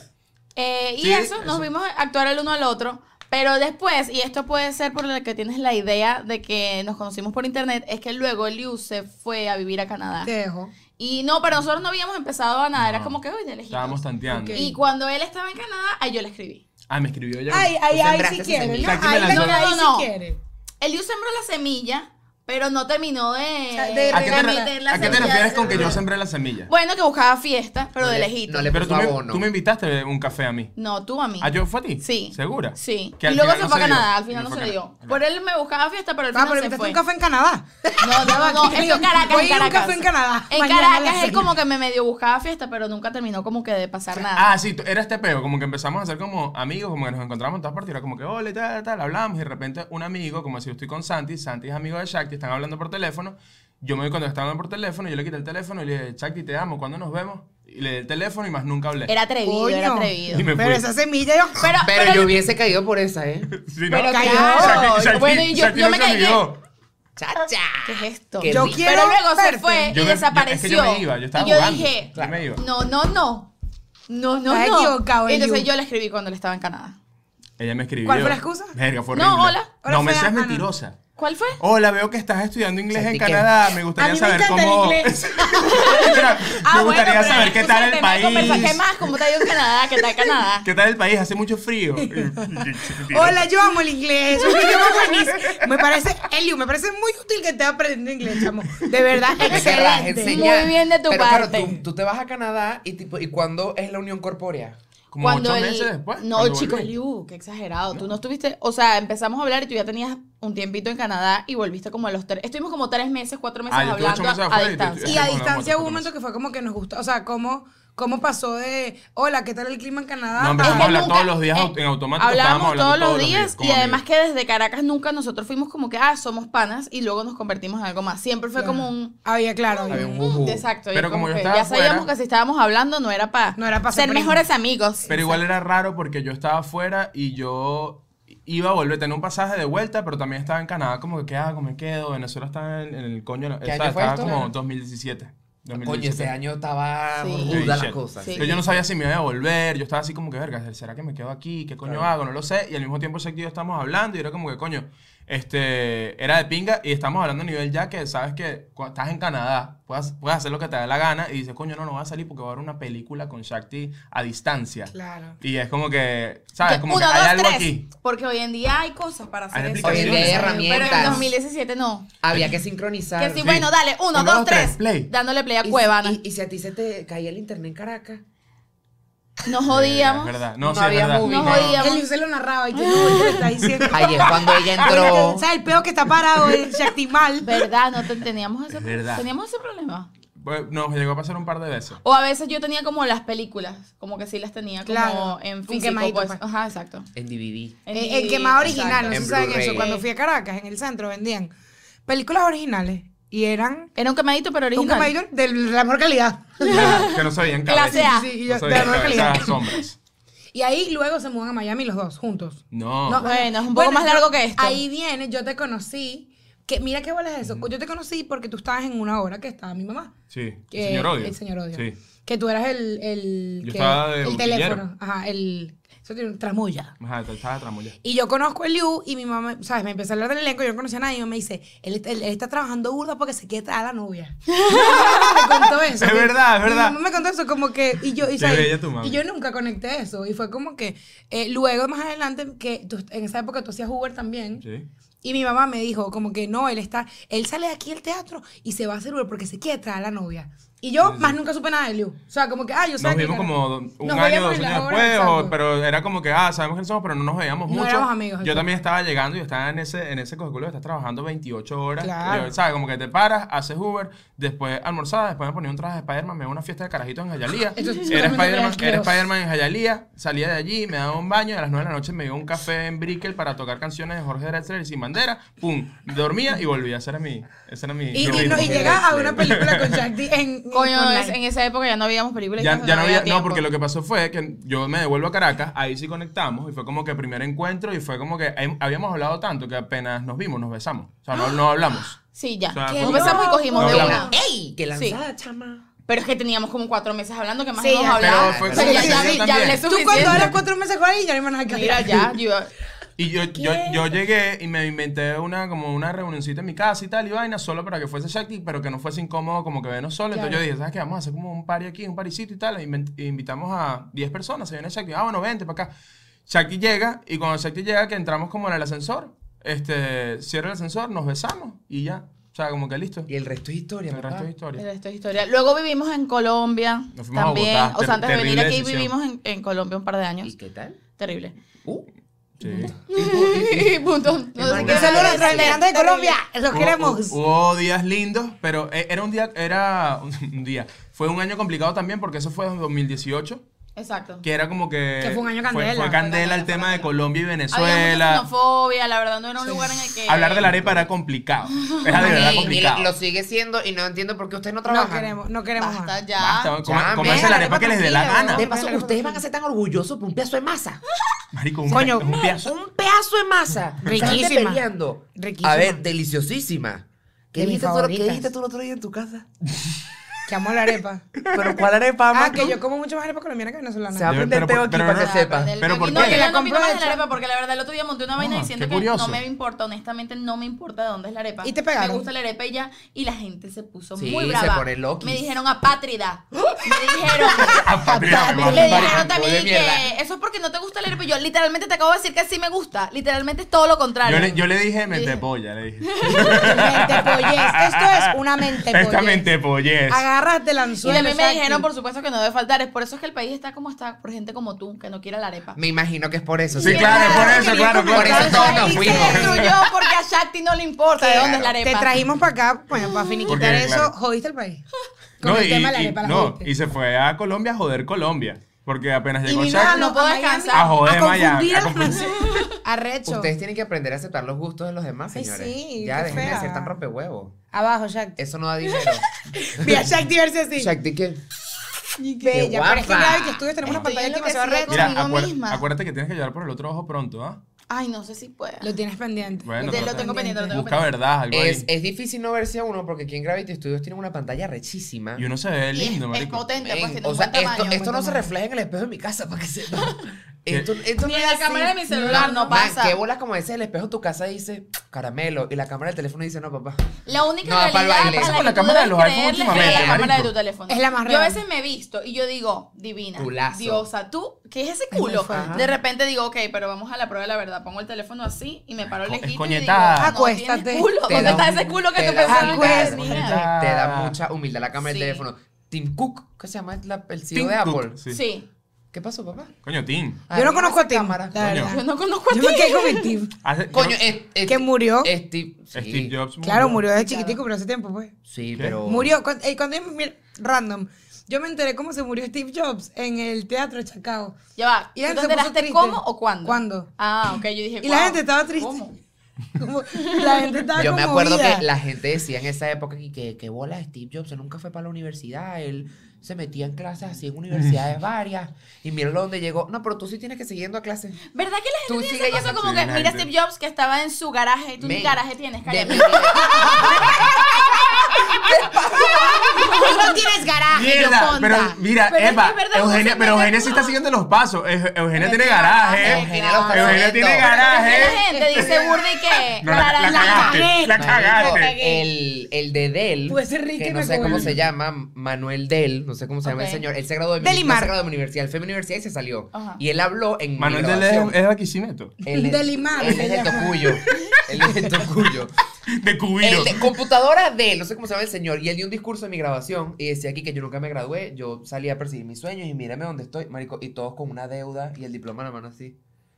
Eh, y Sí, eso, eso. nos vimos actuar el uno al otro. Pero después, y esto puede ser por lo que tienes la idea de que nos conocimos por internet, es que luego Liu se fue a vivir a Canadá. Te dejo. Y no, pero nosotros no habíamos empezado a nada, era No. como que, uy, de lejitos". Estábamos tanteando. Ok. Y cuando él estaba en Canadá, ahí yo le escribí. Ah, me escribió ella. Pues Ay, ay, ay, sembraste si esa quiere. semilla. ¿no? Aquí me Ay, lanzó. ay, No, no, si no. quiere. El Liu sembró la semilla pero no terminó de, de ¿A qué te, Déjame re- meter la a qué te semilla. refieres con que yo sembré la semilla? Bueno, que buscaba fiesta, pero No de le- lejito. no No, le- Pero tú puso me, abono. tú me invitaste un café a mí. tú a mí. ¿Ah, yo fue a ti? Sí. ¿Segura? Sí. Que y al luego final se fue a Canadá, al Y final no fue se a le Canadá. dio. Por él me buscaba fiesta, pero al Ah, final pero se invitaste fue. un café en Canadá. No, no, no, eso en Caracas, Voy a en ir a un Caracas. café en Canadá, En mañana a las Caracas él seis. como que me medio buscaba fiesta, pero nunca terminó como que de pasar nada. Ah, sí, tú- era este peo, como que empezamos a ser como amigos, como que nos encontramos en todas partes, era como que hola y tal, tal, hablamos, y de repente un amigo, como si yo estoy con Santi, Santi es amigo de Shakti, están hablando por teléfono, yo me voy cuando estaban por teléfono, yo le quité el teléfono y le dije, Shakti, te amo, ¿cuándo nos vemos? Y le di el teléfono y más nunca hablé. Era atrevido, Coño. era atrevido. Y me Pero fui. esa semilla yo... Pero, Pero, pero- yo hubiese caído por esa, ¿eh? Sí, ¿no? pero cayó. claro. Shakti- Shakti- bueno, y yo, Shakti yo no me se caí. eh, olvidó. Chacha. ¿Qué es esto? Qué Yo rico. quiero Pero luego verte. se fue Yo y me- yo- es que desapareció. yo me iba, yo estaba y yo jugando. dije, Yo me iba. no, no, no. No, no, Estás no. equivocado, Y entonces Eliu. yo le escribí cuando él estaba en Canadá. Ella me escribió. ¿Cuál fue la excusa? Verga, fue No, horrible. hola. Hola, No me fea, seas Ana. mentirosa. ¿Cuál fue? Hola, veo que estás estudiando inglés en Sentí que- Canadá. Me gustaría A mí me saber encanta el cómo. inglés. Mira, me Ah, bueno, gustaría pero saber la qué excusa tal de el tener conversa- ¿Qué país. más? ¿Cómo te ha ido en Canadá? ¿Qué tal Canadá? ¿Qué tal el país? Hace mucho frío. Hola, yo amo el inglés. es un idioma buenísimo. Me parece, Eliu, me parece muy útil que te aprendiendo inglés, chamo. De verdad, Me querrás excelente. enseñar. Muy bien de tu Pero parte. claro, tú, tú te vas a Canadá y, tipo, ¿y cuándo es la unión corpórea? Como ocho meses después. No, cuando chico, volví. Liu, qué exagerado. Tú no estuviste, o sea, empezamos a hablar y tú ya tenías un tiempito en Canadá y volviste como a los tres. Estuvimos como tres meses, cuatro meses Ah, yo estuve hablando ocho meses a afuera y tú- distancia. Y a Con la distancia moto, hubo un con la momento que fue como que nos gustó. O sea, cómo, cómo pasó de, hola, ¿qué tal el clima en Canadá? No, Ah, empezamos Es que a hablar nunca- todos los días eh, en automático. estábamos Hablábamos hablando todos los días y como además amigos. que desde Caracas nunca nosotros fuimos como que, ah, somos panas y luego nos convertimos en algo más. Siempre fue como un... Mm, Había, claro. Había un obvio. juju. Exacto. y Pero como yo que estaba ya sabíamos afuera- que si estábamos hablando no era para No era pa ser ser primo. mejores amigos. Pero igual era raro porque yo estaba afuera y yo iba a volver a tener un pasaje de vuelta, pero también estaba en Canadá, como que ¿qué hago? ¿Me quedo? Venezuela está en, en el coño. ¿Qué año estaba fue estaba esto? como 2017. Coño, 2017. ese año estaba Sí. ruda Sí, la shit. cosa. Sí. Pero yo no sabía si me iba a volver, yo estaba así como que, verga, ¿será que me quedo aquí? ¿Qué coño hago? No lo sé. Y al mismo tiempo Shakti y yo estamos hablando y era como que, coño, este, era de pinga y estamos hablando a nivel ya que sabes que cuando estás en Canadá, puedes, puedes hacer lo que te da la gana y dices, coño, no, no voy a salir porque voy a ver una película con Shakti a distancia. Claro. Y es como que, ¿sabes? Yo- Como uno, que hay dos, algo tres, aquí. Porque hoy en día hay cosas para hacer Hay eso. Hoy en día hay aplicaciones. Pero en herramientas. 2017 no. Había que sincronizar. Que sí, Sí. bueno, dale, uno, dos, tres. play. Dándole play a Y- Cuevana. Y, y si a ti se te caía el internet en Caracas. Nos Es jodíamos. verdad. No No, sí, es había verdad. movie. No, No jodíamos. Eliu se lo narraba y que no, ¿qué le está diciendo? Ahí es cuando ella entró. O sea, el peo que está parado es Shaktimal. ¿Verdad? No te- teníamos ese Es verdad. teníamos ese problema. Pues, nos llegó a pasar un par de veces. O a veces yo tenía como las películas, como que sí las tenía como Claro, en un físico, quemadito, pues. pues. Ajá, exacto. En DVD. En, DVD, quemada exacto. original, no En sé si saben Blu-ray. eso. Cuando fui a Caracas, en el centro, vendían películas originales y eran Era un quemadito, pero un original. quemadito de la mejor calidad. que no sabían Clase cabezas. A. Sí, sí, yo- No de la sabían mejor calidad. cabezas sombras. Y ahí luego se mudan a Miami los dos, juntos. No. No, Bueno, es un poco más largo que esto. Ahí viene, yo te conocí. Que, mira qué bolas es eso. Yo te conocí porque tú estabas en una hora que estaba mi mamá. Sí, Que- el señor Odio. El señor Odio. Sí. Que tú eras el. el Yo que- estaba de El botillero. teléfono. Ajá, el. Eso tiene un tramoya. Ajá, te estaba tramoya. Y yo conozco a Liu y mi mamá, ¿sabes? Me empezó a hablar del elenco, yo no conocía a nadie. Y me dice, él, está- él- él está trabajando burda porque se quiere traer a la novia. Mi mamá me contó eso. Es Mi- verdad, es mi verdad. mamá me contó eso como que... Y yo, y, Qué ¿sabes? bella tu mamá. y yo nunca conecté eso. Y fue como que... eh, luego, más adelante, que tú- en esa época tú hacías Uber también. Sí. Y mi mamá me dijo como que no, él está... Él sale de aquí del teatro y se va a hacer Uber porque se quiere traer a la novia. Y yo más nunca supe nada de Liu. O sea, como que, ah, yo sé Nos que... vimos como un Nos año, veíamos dos en la años hora, después, o- exacto. pero era como que, ah, sabemos quiénes somos, pero no nos veíamos No mucho. éramos amigos, Yo exacto. también estaba llegando y estaba en ese, en ese cosculo que estás trabajando 28 horas. Claro. Yo, ¿Sabes? Como que te paras, haces Uber, después almorzada, después me ponía un traje de Spider-Man, me iba a una fiesta de carajitos en Jayalía. Eso es era totalmente Spider-Man asqueroso. era Spider-Man en Jayalía, salía de allí, me daba un baño, a las 9 de la noche me iba a un café en Brickell para tocar canciones de Jorge Drexler y Sin Bandera, pum, dormía y volvía. Ese era mi... Ese era mi Y, mi y, no- ritmo. y llegas a una película con Jack D en... Coño, online. es- en esa época ya no veíamos películas. Ya, ya no había, no, tiempo. porque lo que pasó fue que yo me devuelvo a Caracas, ahí sí conectamos y fue como que primer encuentro y fue como que ahí- habíamos hablado tanto que apenas nos vimos, nos besamos. O sea, no, no hablamos. Sí, ya. O sea, Nos fue- empezamos y cogimos No de hablamos. una. ¡Ey! ¡Qué lanzada, chama! Pero es que teníamos como cuatro meses hablando que más Sí, hemos ya. hablado. Pero fue O sea, ya, como ya, que vi- ya también. hablé Tú Tú cuando eras suficiente. cuatro meses con él, ya no hay más nada que Mira, hacer. ya, yo... Y yo, yo, yo llegué y me inventé una como una reunioncita en mi casa y tal y vaina solo para que fuese Shakti, pero que no fuese incómodo como que vernos solo. Entonces Claro. yo dije, ¿sabes qué? Vamos a hacer como un party aquí, un parisito y tal. e invent- e invitamos a 10 personas, se viene Shakti. Ah, bueno, vente para acá. Shakti llega y cuando Shakti llega que entramos como en el ascensor, este, cierra el ascensor, nos besamos y ya. O sea, como que listo. Y el resto es historia, El resto papá. es Eh, historia. Esto es historia. Luego vivimos en Colombia. Nos fuimos a También. Bogotá. O sea, Ter- antes de venir terrible aquí decisión. vivimos en, en Colombia un par de años. ¿Y qué tal? Terrible. Uh, Sí. Punto. Y No sé Mariana qué Un saludo a decir. los inmigrantes de Colombia. Los Hubo- queremos. Hubo, días lindos, pero eh, era un día, era un día. Fue un año complicado también porque eso fue en 2018, Exacto. que era como que... Que fue un año Fue, candela. fue candela el Fue tema de candela. Colombia y Había Venezuela. mucha xenofobia, la verdad no era un lugar en el que... Hablar de la arepa era complicado. Era de verdad y- y complicado. lo sigue siendo y no entiendo por qué ustedes no No trabajan. queremos, no queremos Basta más. ya. Basta, come- Ya, comerse mira, la la arepa arepa que les dé la tranquila, gana. De weón. paso, ustedes van a ser tan orgullosos por un pedazo de masa. Marico, un, Coño. pe- un pedazo. Un pedazo de masa. Riquísima. Están peleando. Riquísima. A ver, deliciosísima. ¿Qué De mis dijiste, tú, ¿Qué favoritas. dijiste tú el otro día en tu casa? Que amo la arepa. ¿Pero cuál arepa, Ah, mamá? que yo como mucho más arepa colombiana que Se va a venezolana. De- prender pero- peo aquí pero para Ah, no- que sepa. del- ¿Pero por no, qué? que ya no La opino más de la compró arepa, porque la verdad el otro día monté una vaina Ah, diciendo qué que no curioso. me importa, honestamente no me importa de dónde es la arepa. ¿Y te pegaron? Me gusta la arepa y ya, y la gente se puso Sí, muy se brava. pone loquis. Me dijeron apátrida. Me dijeron. Ah, Apátrida, me me le mata. dijeron Marico, también de que mierda. eso es porque no te gusta la arepa. Y yo literalmente te acabo de decir que sí me gusta. Literalmente es todo lo contrario. Yo le, yo le dije dije- mentepolla, le dije. Mentepollez. Esto es una mentepollez. Esta mentepollez. Agarras del y anzuelo. también me Shakti. dijeron, por supuesto, que no debe faltar. Es por eso es que el país está como está, por gente como tú, que no quiere la arepa. Me imagino que es por eso. Sí, claro, por eso, claro, claro. Por eso todos nos Y se fuimos. destruyó porque a Shakti no le importa de dónde es la arepa. Te trajimos para acá, bueno, para finiquitar Porque, eso, claro. jodiste el país. Con No, el y, tema de la y- arepa, la no, jodiste. y se fue a Colombia a joder Colombia. Porque apenas Y llegó vino Shakira. a, Shakti. no no puedo puedo descansar. descansar. A joder Miami, confundir a a los confundir. franceses. Arrecho. Ustedes tienen que aprender a aceptar los gustos de los demás, Ay, señores. sí, ya, qué dejen de fea. ser tan rompehuevos. Abajo, Shakti. Eso no da dinero. Mira, Shakti verse así. Shakti, ¿qué? Bella. Pero es que guapa. grave que estudios tenemos una Estoy pantalla que enloquecida demasiado reto. Mira, conmigo acuer- misma. acuérdate que tienes que llorar por el otro ojo pronto, ¿ah? Ay, no sé si pueda. Lo tienes pendiente. Bueno, Lo trata- tengo pendiente, lo tengo busca pendiente. verdad, algo Es, ahí. es difícil no verse a uno porque aquí en Gravity Studios tienen una pantalla rechísima. Y uno se ve Y es- lindo, es, marico. potente, Men, pues tiene o un sea, buen esto, tamaño. esto no buen se tamaño. refleja en el espejo de mi casa, para que sepa. esto, esto Ni no en es la cámara de mi celular no Man, pasa. qué bolas como ese el espejo de tu casa dice caramelo y la cámara del teléfono dice no, papá. La única No, para el realidad baile. a Eso con la que tú cámara de los debes iPhone creerle últimamente, es la cámara de marico. tu teléfono. Es la más Yo a real. veces me he visto y yo digo, divina, Culazo. diosa, tú, ¿qué es ese muy culo? fea. de repente digo, ok, pero vamos a la prueba de la verdad. Pongo el teléfono así y me paro Es co- es lejito y digo, coñetada. no tienes Acuéstate. culo. Te ¿Dónde da está un- ese culo que te tú da pensabas que humildad, tenía? Te Ah. da mucha humildad la cámara Sí. del teléfono. Tim Cook, ¿qué se llama la- el CEO Tim de Cook, Apple? sí. Sí. ¿Qué pasó, papá? Coño, Tim. Yo no Arriba conozco esa a Tim, cámara. la Coño. Yo verdad. no conozco a ti. Yo me quedé con el Tim. Hace- Coño, creo- es, es- Que murió. Steve, sí. Steve Jobs Claro, murió de chiquitico, pero hace tiempo, pues. Sí, ¿Qué? pero. Murió. cu- eh, Cuando, yo- mira, random. Yo me enteré cómo se murió Steve Jobs en el teatro de Chacao. Ya va. Y la gente se ¿Tú te puso enteraste triste. cómo o cuándo? ¿Cuándo? Ah, ok, yo dije, Y la "Wow, gente estaba triste. ¿cómo?". Como- la gente estaba Yo me acuerdo conmovida. que la gente decía en esa época que, que, que bola Steve Jobs, él nunca fue para la universidad, él se metía en clases así en universidades varias, y mira dónde llegó. No, pero tú sí tienes que seguir yendo a clases. ¿Verdad que la gente Tú tiene sigue esa cosa yendo- como Sí, que, la mira gente- Steve Jobs que estaba en su garaje, tú ni Men, garaje tienes, De cariño. mi vida. no tienes garaje, Mierda, Yoconda. pero mira, Pero es Eva, que es verdad, Eugenia, no se pero mete Eugenia sí está nada. siguiendo los pasos. Eu- Eugenia tiene Eugenia garaje. tiene Eugenia lo está Eugenia tiene haciendo. La garaje. gente dice burda y que No, la, la Rara, cagaste, la Marico, cagaste. El, el de Dell, Puede ser rica que y no me sé come. cómo se llama, Manuel Dell, no sé cómo se llama el Ok. señor, él se graduó de, mi- Del no se Imar. graduó de mi universidad, él fue a mi universidad y se salió. Ah. Ajá. Y él habló en Manuel mi Del graduación. es, es Barquisimeto. Él es- Del Imar, Él es se de llama. Tocuyo. Él es de Tocuyo. De Cubiro. El de- Este, computadora de, no sé cómo se llama el señor, y él dio un discurso en mi grabación y decía aquí que yo nunca me gradué, yo salí a perseguir mis sueños y mírame dónde estoy, marico, y todos con una deuda y el diploma en la mano así.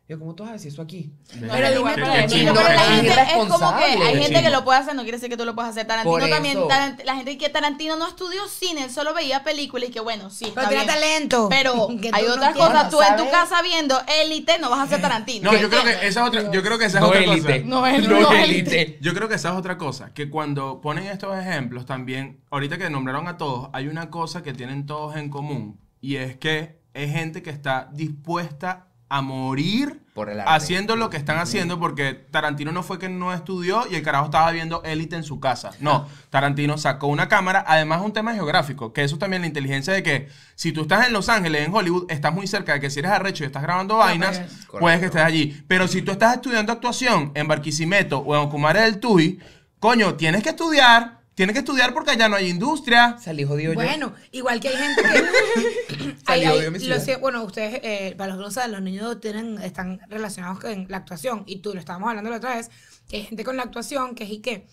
Yo, ¿cómo tú vas a decir eso aquí? Pero dime Qué para eso. chimbo, Pero qué es la chimbo. gente es como irresponsable. que hay gente que Chimbo. lo puede hacer, no quiere decir que tú lo puedas hacer. Por Tarantino eso. también, Tarant- la gente que Tarantino no estudió cine, él solo veía películas y que bueno, sí, está Pero tiene bien. talento. Pero Que hay tú no otras tienes. cosas, tú en tu ¿sabes? casa viendo élite no vas a ser Tarantino. No, yo creo que ¿entiendes? esa es otra, yo creo que esa es No otra élite. cosa. No es No no es- élite. Yo creo que esa es otra cosa, que cuando ponen estos ejemplos también, ahorita que nombraron a todos, hay una cosa que tienen todos en común y es que es gente que está dispuesta a morir Por el arte. haciendo lo que están haciendo porque Tarantino no fue que no estudió y el carajo estaba viendo élite en su casa. No, Tarantino sacó una cámara, además un tema geográfico, que eso también la inteligencia de que si tú estás en Los Ángeles, en Hollywood, estás muy cerca de que si eres arrecho y estás grabando vainas, pero- puedes Correcto. que estés allí. Pero si tú estás estudiando actuación en Barquisimeto o en Ocumare del Tuy, coño, tienes que estudiar, tienes que estudiar porque allá no hay industria. Salí jodido yo. Bueno, igual que hay gente que. hay- Salió hay- de mi lo ciudad. sé- bueno, ustedes, eh, para los que no saben, los niños tienen, están relacionados con la actuación. Y tú lo estábamos hablando la otra vez, que hay gente con la actuación que es y que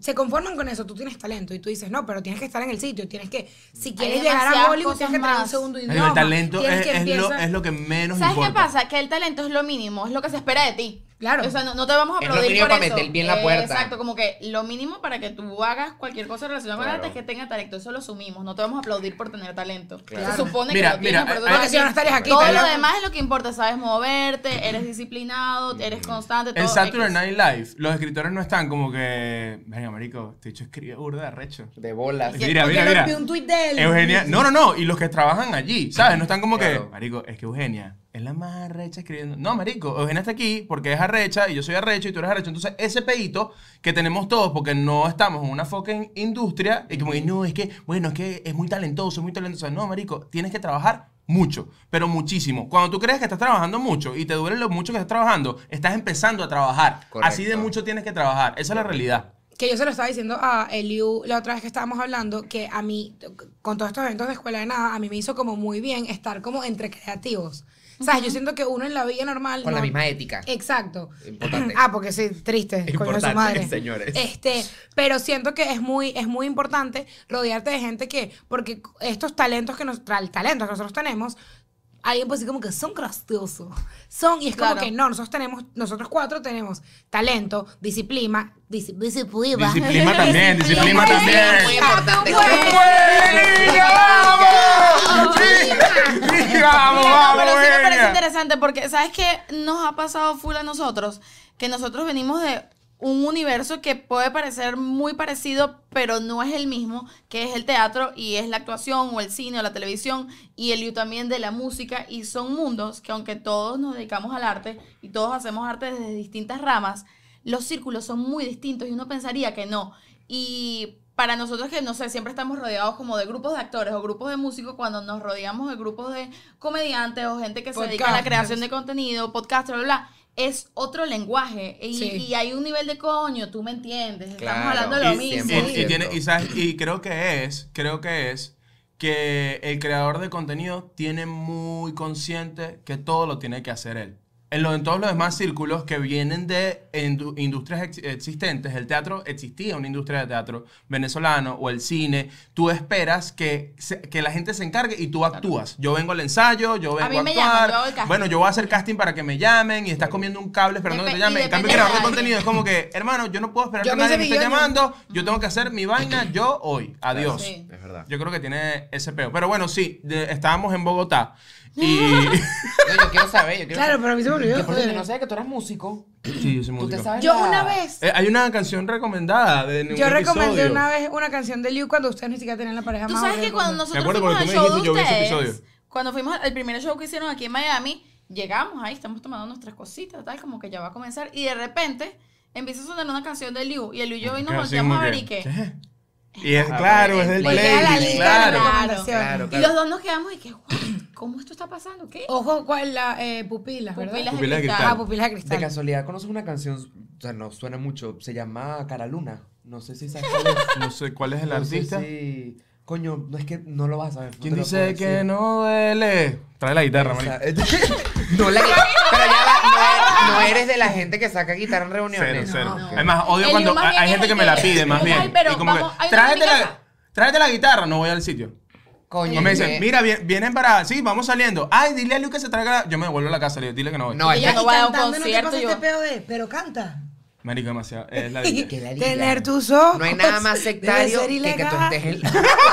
se conforman con eso. Tú tienes talento y tú dices, no, pero tienes que estar en el sitio. Tienes que, si quieres llegar a demasiadas Hollywood, cosas tienes que tener un más. segundo Marico, idioma. el talento tienes es, que es lo, empieza- es lo que menos ¿Sabes qué importa. pasa? Que el talento es lo mínimo, es lo que se espera de ti. Claro. O sea, no, no te vamos a Es lo aplaudir mínimo por para eso. meter bien la puerta. Exacto, como que lo mínimo para que tú hagas cualquier cosa relacionada Claro. con el arte es que tenga talento. Eso lo asumimos. No te vamos a aplaudir por tener talento. Claro. Se supone Mira, que lo tienes, mira, pero tú hay- Porque si no, no estarías aquí. Todo ¿verdad? lo demás es lo que importa. Sabes moverte, eres disciplinado, eres constante. Todo En Saturday X. Night Live, los escritores no están como que. Venga, marico, te he dicho escribe burda de recho. De bolas. Sí. Mira, Porque mira, lo- mira. vi un tuit de él. Eugenia. No, no, no. Y los que trabajan allí, ¿sabes? No están como Claro. que. Marico, es que Eugenia es la más arrecha escribiendo. No, marico, Eugenia está aquí porque es arrecha y yo soy arrecho y tú eres arrecho. Entonces, ese pedito que tenemos todos porque no estamos en una fucking industria y como que no, es que, bueno, es que es muy talentoso, es muy talentoso. No, marico, tienes que trabajar. Mucho, pero muchísimo. Cuando tú crees que estás trabajando mucho y te duele lo mucho que estás trabajando, estás empezando a trabajar. Así de Correcto. mucho tienes que trabajar. Esa es la realidad. Que yo se lo estaba diciendo a Eliu la otra vez que estábamos hablando, que a mí, con todos estos eventos de escuela de nada, a mí me hizo como muy bien estar como entre creativos. O sea, yo siento que uno en la vida normal... Con la no- misma ética. Exacto. Importante. Ah, porque sí, triste, con su Importante, madre. señores. Este, pero siento que es muy, es muy importante rodearte de gente que, porque estos talentos que nos, tra- talentos que nosotros tenemos, alguien puede decir como que son graciosos. Son, y es como Claro. que no, nosotros tenemos, nosotros cuatro tenemos talento, disciplina, disi- disciplina. Disciplina también, disciplina también. Muy importante. ¡Vamos, No, pero sí me parece Eugenia! interesante porque, ¿sabes qué nos ha pasado full a nosotros? Que nosotros venimos de un universo que puede parecer muy parecido, pero no es el mismo, que es el teatro y es la actuación o el cine o la televisión y el you también de la música y son mundos que aunque todos nos dedicamos al arte y todos hacemos arte desde distintas ramas, los círculos son muy distintos y uno pensaría que no. Y para nosotros que, no sé, siempre estamos rodeados como de grupos de actores o grupos de músicos, cuando nos rodeamos de grupos de comediantes o gente que se dedica a la Podcasters. creación de contenido, podcast, bla, bla, bla, es otro lenguaje. Y, Sí. y hay un nivel de coño, tú me entiendes, Claro, estamos hablando de lo y, mismo. y- y 100%. tiene- y sabes- y creo que es, creo que es que el creador de contenido tiene muy consciente que todo lo tiene que hacer él. En, lo- en todos los demás círculos que vienen de indu- industrias ex- existentes, el teatro existía una industria de teatro venezolano o el cine, tú esperas que, se- que la gente se encargue y tú actúas. Yo vengo al ensayo, yo vengo mí a me actuar. llaman, yo hago el casting. bueno, yo voy a hacer casting para que me llamen y estás comiendo un cable esperando que te Depe- llamen. y En cambio, depende de creador de la- contenido es como que, hermano, yo no puedo esperar Yo que me hice nadie me esté millonario. llamando yo tengo que hacer mi vaina yo hoy. Adiós. Sí. Es verdad. Yo creo que tiene ese peo. Pero bueno, sí, de- estábamos en Bogotá. Y. No, yo quiero saber, yo quiero Claro, saber. pero a mí se me Que olvidó. por cierto, joder. no sabía que tú eras músico. sí, yo soy Tú te músico. sabes Yo la- una vez, Eh, hay una canción recomendada de ningún yo recomendé episodio. una vez una canción de Liu cuando ustedes ni siquiera tenían la pareja Tú más sabes horrible que cuando del mundo. nosotros acuerdo fuimos porque al tú show me de dijiste, yo vi ese ustedes, episodio. cuando fuimos al primer show que hicieron aquí en Miami, llegamos ahí, estamos tomando nuestras cositas, tal, como que ya va a comenzar, y de repente empieza a sonar una canción de Liu, y el Liu y yo y nos Queda así volteamos como a ver que, y que... ¿qué? Y es Ah, claro, es del porque Porque era la playlist, lista de claro. las Claro. recomendaciones. Claro. Y los dos nos quedamos y que, "What? ¿cómo esto está pasando? ¿Qué? Ojo, ¿cuál? La, eh, pupilas, ¿verdad? Pupilas de Pupilas de cristal. Ah, cristal. pupilas de De cristal. casualidad, ¿conoces una canción? O sea, no suena mucho. Se llama Cara Luna. No sé si sabes cuál es. No sé cuál es el No sé artista. si- Coño, no es que no lo vas a saber. no ¿Quién te lo dice puedo que decir. no duele? Trae la guitarra, O sea, marico. no, la Pero ya va, no, no eres de la gente que saca guitarra en Cero, reuniones. cero. No. Además, odio El cuando mío más hay bien hay es gente el que me la pide, más Ay, bien. pero y como vamos, que, hay una tráete en mi la, casa". tráete la guitarra, no voy al sitio. Coño. eh, No me dicen, Eh, que- mira, vi- vienen para. Sí, vamos saliendo. Ay, dile a Luke que se traiga. la-". Yo me devuelvo a la casa, le digo, dile que no voy. No, es Ella que- no Y va a un cantando, ¿no te concierto, pasa yo- este peo de, pero canta. Marico, demasiado. Es la vida. que la liga. Tener tus ojos. No hay nada más debe sectario ser que, que tú ilegal. estés en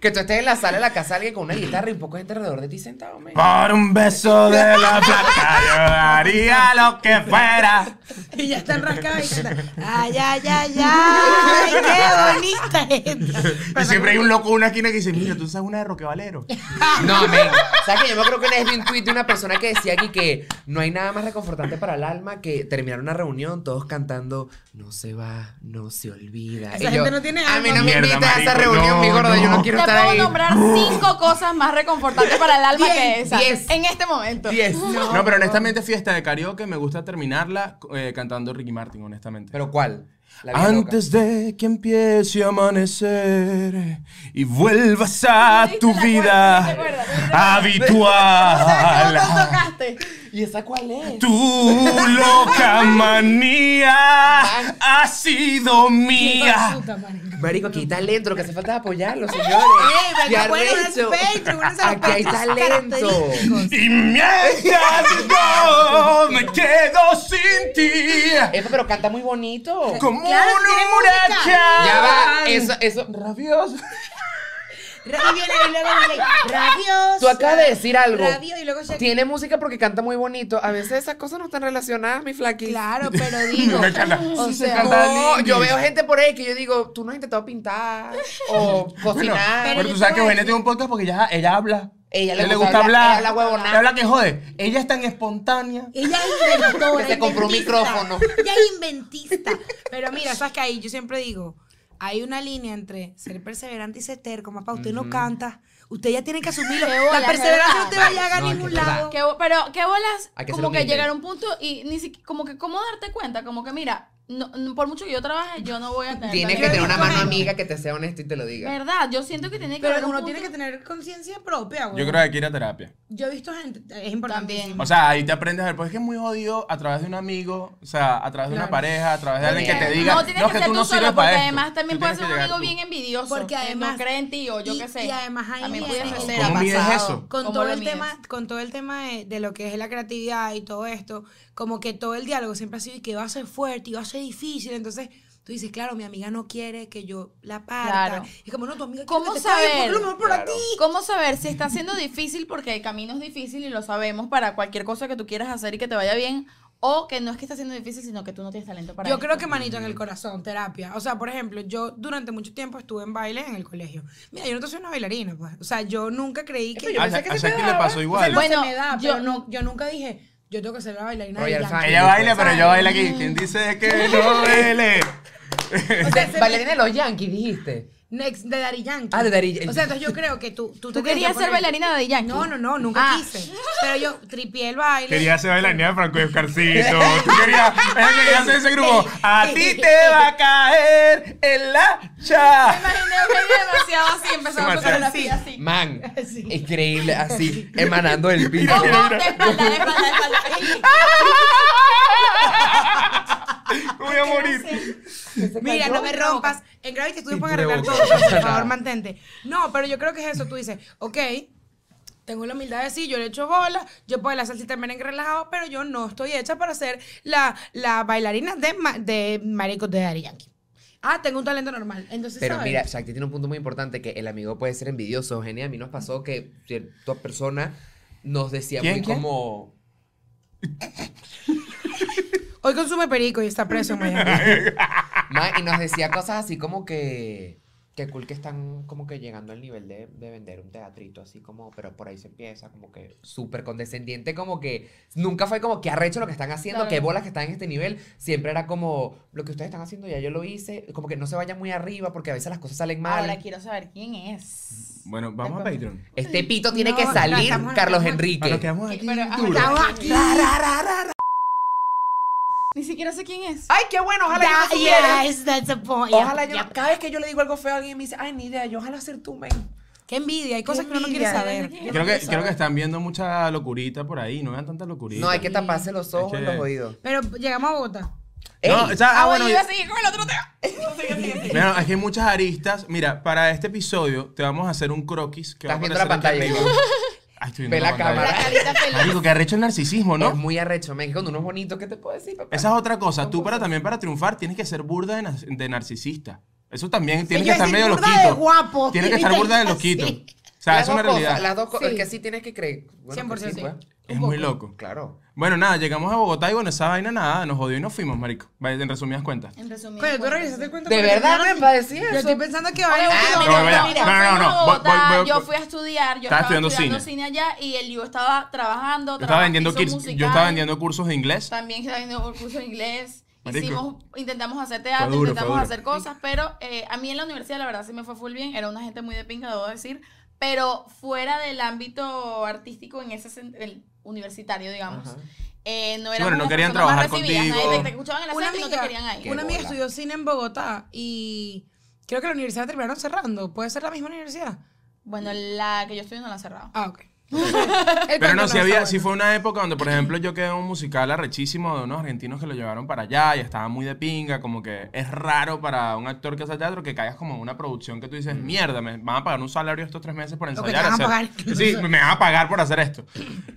que tú estés en la sala de la casa de alguien con una guitarra y un poco de gente alrededor de ti sentado, men. Por un beso de la plata, yo haría lo que fuera. Y ya están rascadas y cantan. Ay, ay, ay, ay. Qué bonita esta. Y siempre hay un loco en una esquina que dice, mira, tú sabes una de Roque Valero. No, men. ¿Sabes que yo me creo que una vez vi un tweet de una persona que decía aquí que no hay nada más reconfortante para el alma que terminar una reunión todos cantando No se va, no se olvida. Esa Y yo, gente no tiene A mí alma". no me Mierda, invites a esa marico, reunión, no, mi gordo. Yo no. no quiero Te estar puedo ahí. nombrar cinco cosas más reconfortantes para el alma que Diez, esa. diez. En este momento. Diez. No, pero honestamente, fiesta de karaoke me gusta terminarla eh, cantando Ricky Martin, honestamente. ¿Pero cuál? La vida Antes de que empiece a amanecer y vuelvas a ¿Tú tu viste la cuerda? vida ¿Tú viste la cuerda? habitual. ¿Sabes cómo lo tocaste? ¿Y esa cuál es? Tu loca manía ha sido mía. Puta, marico. Marico, aquí hay talento, lo que hace falta es apoyarlo, señores. Ey, pero ¡Qué no pueden hacer arrecho! Patreon, uno se los Aquí hay Patreons talento. característicos. Y mientras yo me quedo sin ti, Epa, pero canta muy bonito. como Claro, tiene una música. muralla. Ya va, eso, eso. Rabioso. Rabio y luego dile, rabios. Tú acabas de decir algo. Rabio y luego Shakira. Tiene música porque canta muy bonito. A veces esas cosas no están relacionadas, mi flaqui. Claro, pero digo. Me encanta. O Sí, se sea, encanta. No, Lindy. yo veo gente por ahí que yo digo, tú no has intentado pintar o Bueno, cocinar. pero, Pero yo tú te sabes voy a que Eugenia decir- tiene un podcast porque ella, ella habla. Ella le A gusta hablar, ella habla huevonada. Ella habla que jode. Ella es tan espontánea. Ella es inventora. Que se compró un inventista. micrófono. Ella es inventista. Pero mira, sabes que ahí yo siempre digo, hay una línea entre ser perseverante y ser terco. Más para usted no canta. Usted ya tiene que asumirlo. Qué bola, La perseverancia ¿verdad? no te va a llegar a No, es que ningún es verdad. lado. Qué bo- pero qué bolas Hay que ser como que humilde. llegar a un punto y ni siquiera, como que cómo darte cuenta, como que mira, no- no- por mucho que yo trabaje, yo no voy a tener. Tienes talento. que tener una mano Yo- amiga que te sea honesta y te lo diga. ¿Verdad? Yo siento que tiene que haber Pero un uno punto- tiene que tener conciencia propia, güey. Yo creo que hay que ir a terapia. Yo he visto gente, es importante. También. O sea, ahí te aprendes a ver, pues es que es muy jodido a través de un amigo, o sea, a través de Claro. una pareja, a través de alguien que te Porque diga, no tienes que es ser tú, solo, sirves porque para esto. además también Tú puede tienes ser que un llegar amigo tú. bien envidioso. Porque que además- no cree en ti o yo y- qué sé. y además ahí viene- También pudiese ser, ¿Cómo ha mides pasado. eso? con ¿Cómo todo lo el mides? tema con todo el tema de, de lo que es la creatividad y todo esto como que todo el diálogo siempre ha sido y que va a ser fuerte y va a ser difícil entonces tú dices claro mi amiga no quiere que yo la parta Claro. y como no tu amiga quiere ¿Cómo que te saber? caiga, porque lo mejor para Claro. ti ¿Cómo saber si está siendo difícil? Porque el camino es difícil y lo sabemos para cualquier cosa que tú quieras hacer y que te vaya bien. O que no es que está siendo difícil, sino que tú no tienes talento para yo esto. creo que manito en el corazón, terapia. O sea, por ejemplo, yo durante mucho tiempo estuve en baile en el colegio. Mira, yo no soy una bailarina, pues. O sea, yo nunca creí que... A, a Shakira le pasó O sea, igual. no Bueno, se me da, yo- pero no, yo nunca dije, yo tengo que ser la bailarina Royal de Bianca". Fan. Ella baila, pero yo bailo Mm. aquí. ¿Quién dice que no baile? O sea, se me- Bailarina de los Yankees, dijiste. Next, de Daddy Yankee. Ah, de Daddy Yankee. O sea, entonces yo creo que tú... Tú, te ¿Tú tienes que querías ser poner- bailarina de Yankee? No, no, no, nunca Ah. quise. Pero yo tripié el baile. Quería ser bailarina de Franco y Oscarcito. Tú querías, ella quería hacer ese grupo. A ti te va a caer el hacha. imaginé a Eugenio demasiado así, empezó a tocar la pila así. Man, Sí. increíble, así, emanando el piso. Ojo, de espalda, de espalda, de espalda. Voy a morir. Mira, no me rompas. En Gravity Studios Y pueden arreglar todo, luego- por favor, mantente. No, pero yo creo que es eso. Tú dices, ok, tengo la humildad de decir, yo le echo bola, yo puedo la salsita también relajado, pero yo no estoy hecha para ser la, la bailarina de, ma- de Marico de Daddy Yankee. Ah, tengo un talento normal. Entonces, Pero ¿sabes? mira, Shakti tiene un punto muy importante que el amigo puede ser envidioso. Eugenia, a mí nos pasó que cierta persona nos decía ¿Quién, muy quién? como... Hoy consume perico y está preso en Miami. Ma, y nos decía cosas así como que... Que cool que están como que llegando al nivel de, de vender un teatrito, así como, pero por ahí se empieza, como que súper condescendiente, como que nunca fue como que arrecho lo que están haciendo, Claro. qué bolas que están en este nivel, siempre era como, lo que ustedes están haciendo ya yo lo hice, como que no se vayan muy arriba porque a veces las cosas salen mal. Ahora quiero saber quién es. Bueno, vamos a Patreon. Este pito tiene No, que no, salir, estamos- Carlos estamos- Ah, nos Enrique. quedamos aquí. Pero, ah, duro. Estamos aquí. Ni siquiera sé quién Ah, es. Ay, qué bueno, ojalá That- yo no supiera. yes, that's the point. Ojalá Yeah, yo no- yeah. cada vez que yo le digo algo feo a alguien me dice, ay, ni idea, yo ojalá ser tú, men. Qué envidia, hay cosas que uno no quiere envidia. saber. Yo Creo quiero que, saber. creo que están viendo mucha locurita por ahí. No vean tanta locurita. No, hay que taparse los ojos Es y que- los oídos. Pero llegamos a Bogotá. No, Ey, o sea, ah, Ah, bueno, bueno, yo iba a seguir con el otro tema. Mira, es que hay muchas aristas. Mira, para este episodio te vamos a hacer un croquis que va a Estás viendo la aparecer aquí pantalla, arriba. Ay, estoy viendo Ve la La pantalla. cámara. carita feliz. Marico, que arrecho el narcisismo, Es ¿no? muy arrecho, men, que cuando uno es bonito, ¿qué te puedo decir, papá? Esa es otra cosa. Tú para también para triunfar tienes que ser burda de, nar- de narcisista. Eso también tienes que yo estar decir, medio burda de loquito. guapo. Tienes que estar burda de Sí. loquito. O sea, Las es una dos cosas, realidad. Las dos cosas, Sí. el que sí tienes que creer. Bueno, que 100% sí. pues. Es muy loco. Claro. Bueno, nada, llegamos a Bogotá y bueno, esa vaina nada, nos jodió y nos fuimos, marico. En resumidas cuentas. En resumen. Coño, tú regresaste el cuento. De porque verdad, yo no- men, para decir Yo eso. Ah, estoy pensando que Oye, vaya bueno, Ah, no, no, mira, no, mira, no, fue no, en no, voy- Bogotá, voy- voy- Yo fui a estudiar, yo Estaba estaba estudiando estudiando, cine. allá y el Liu estaba trabajando, Yo estaba trabajando, vendiendo hizo kits- yo musical, estaba vendiendo cursos de inglés. También estaba vendiendo un curso de inglés. Marico. Hicimos, intentamos hacer teatro, Fue duro, fue intentamos duro. hacer cosas, pero eh, a mí en la universidad la verdad sí me fue full bien, era una gente muy de pinga, debo decir, pero fuera del ámbito artístico en ese sen- el universitario, digamos, Ajá. eh, no Sí, era bueno, no querían trabajar contigo. te, te escuchaban en la Una sala y no te amiga- querían ahí. Qué Una amiga bola. estudió cine en Bogotá y creo que la universidad terminaron cerrando. ¿Puede ser la misma universidad? Bueno, la que yo estoy no la han cerrado. Ah, ok. El Pero cuento no, sí, había, está sí bueno. fue una época donde, por ejemplo, yo quedé en un musical arrechísimo de unos argentinos que lo llevaron para allá y estaban muy de pinga, como que es raro para un actor que hace teatro que caigas como en una producción que tú dices, mierda, me van a pagar un salario estos tres meses por que te ensayar. van a hacer- pagar. Sí, me van a pagar por hacer esto.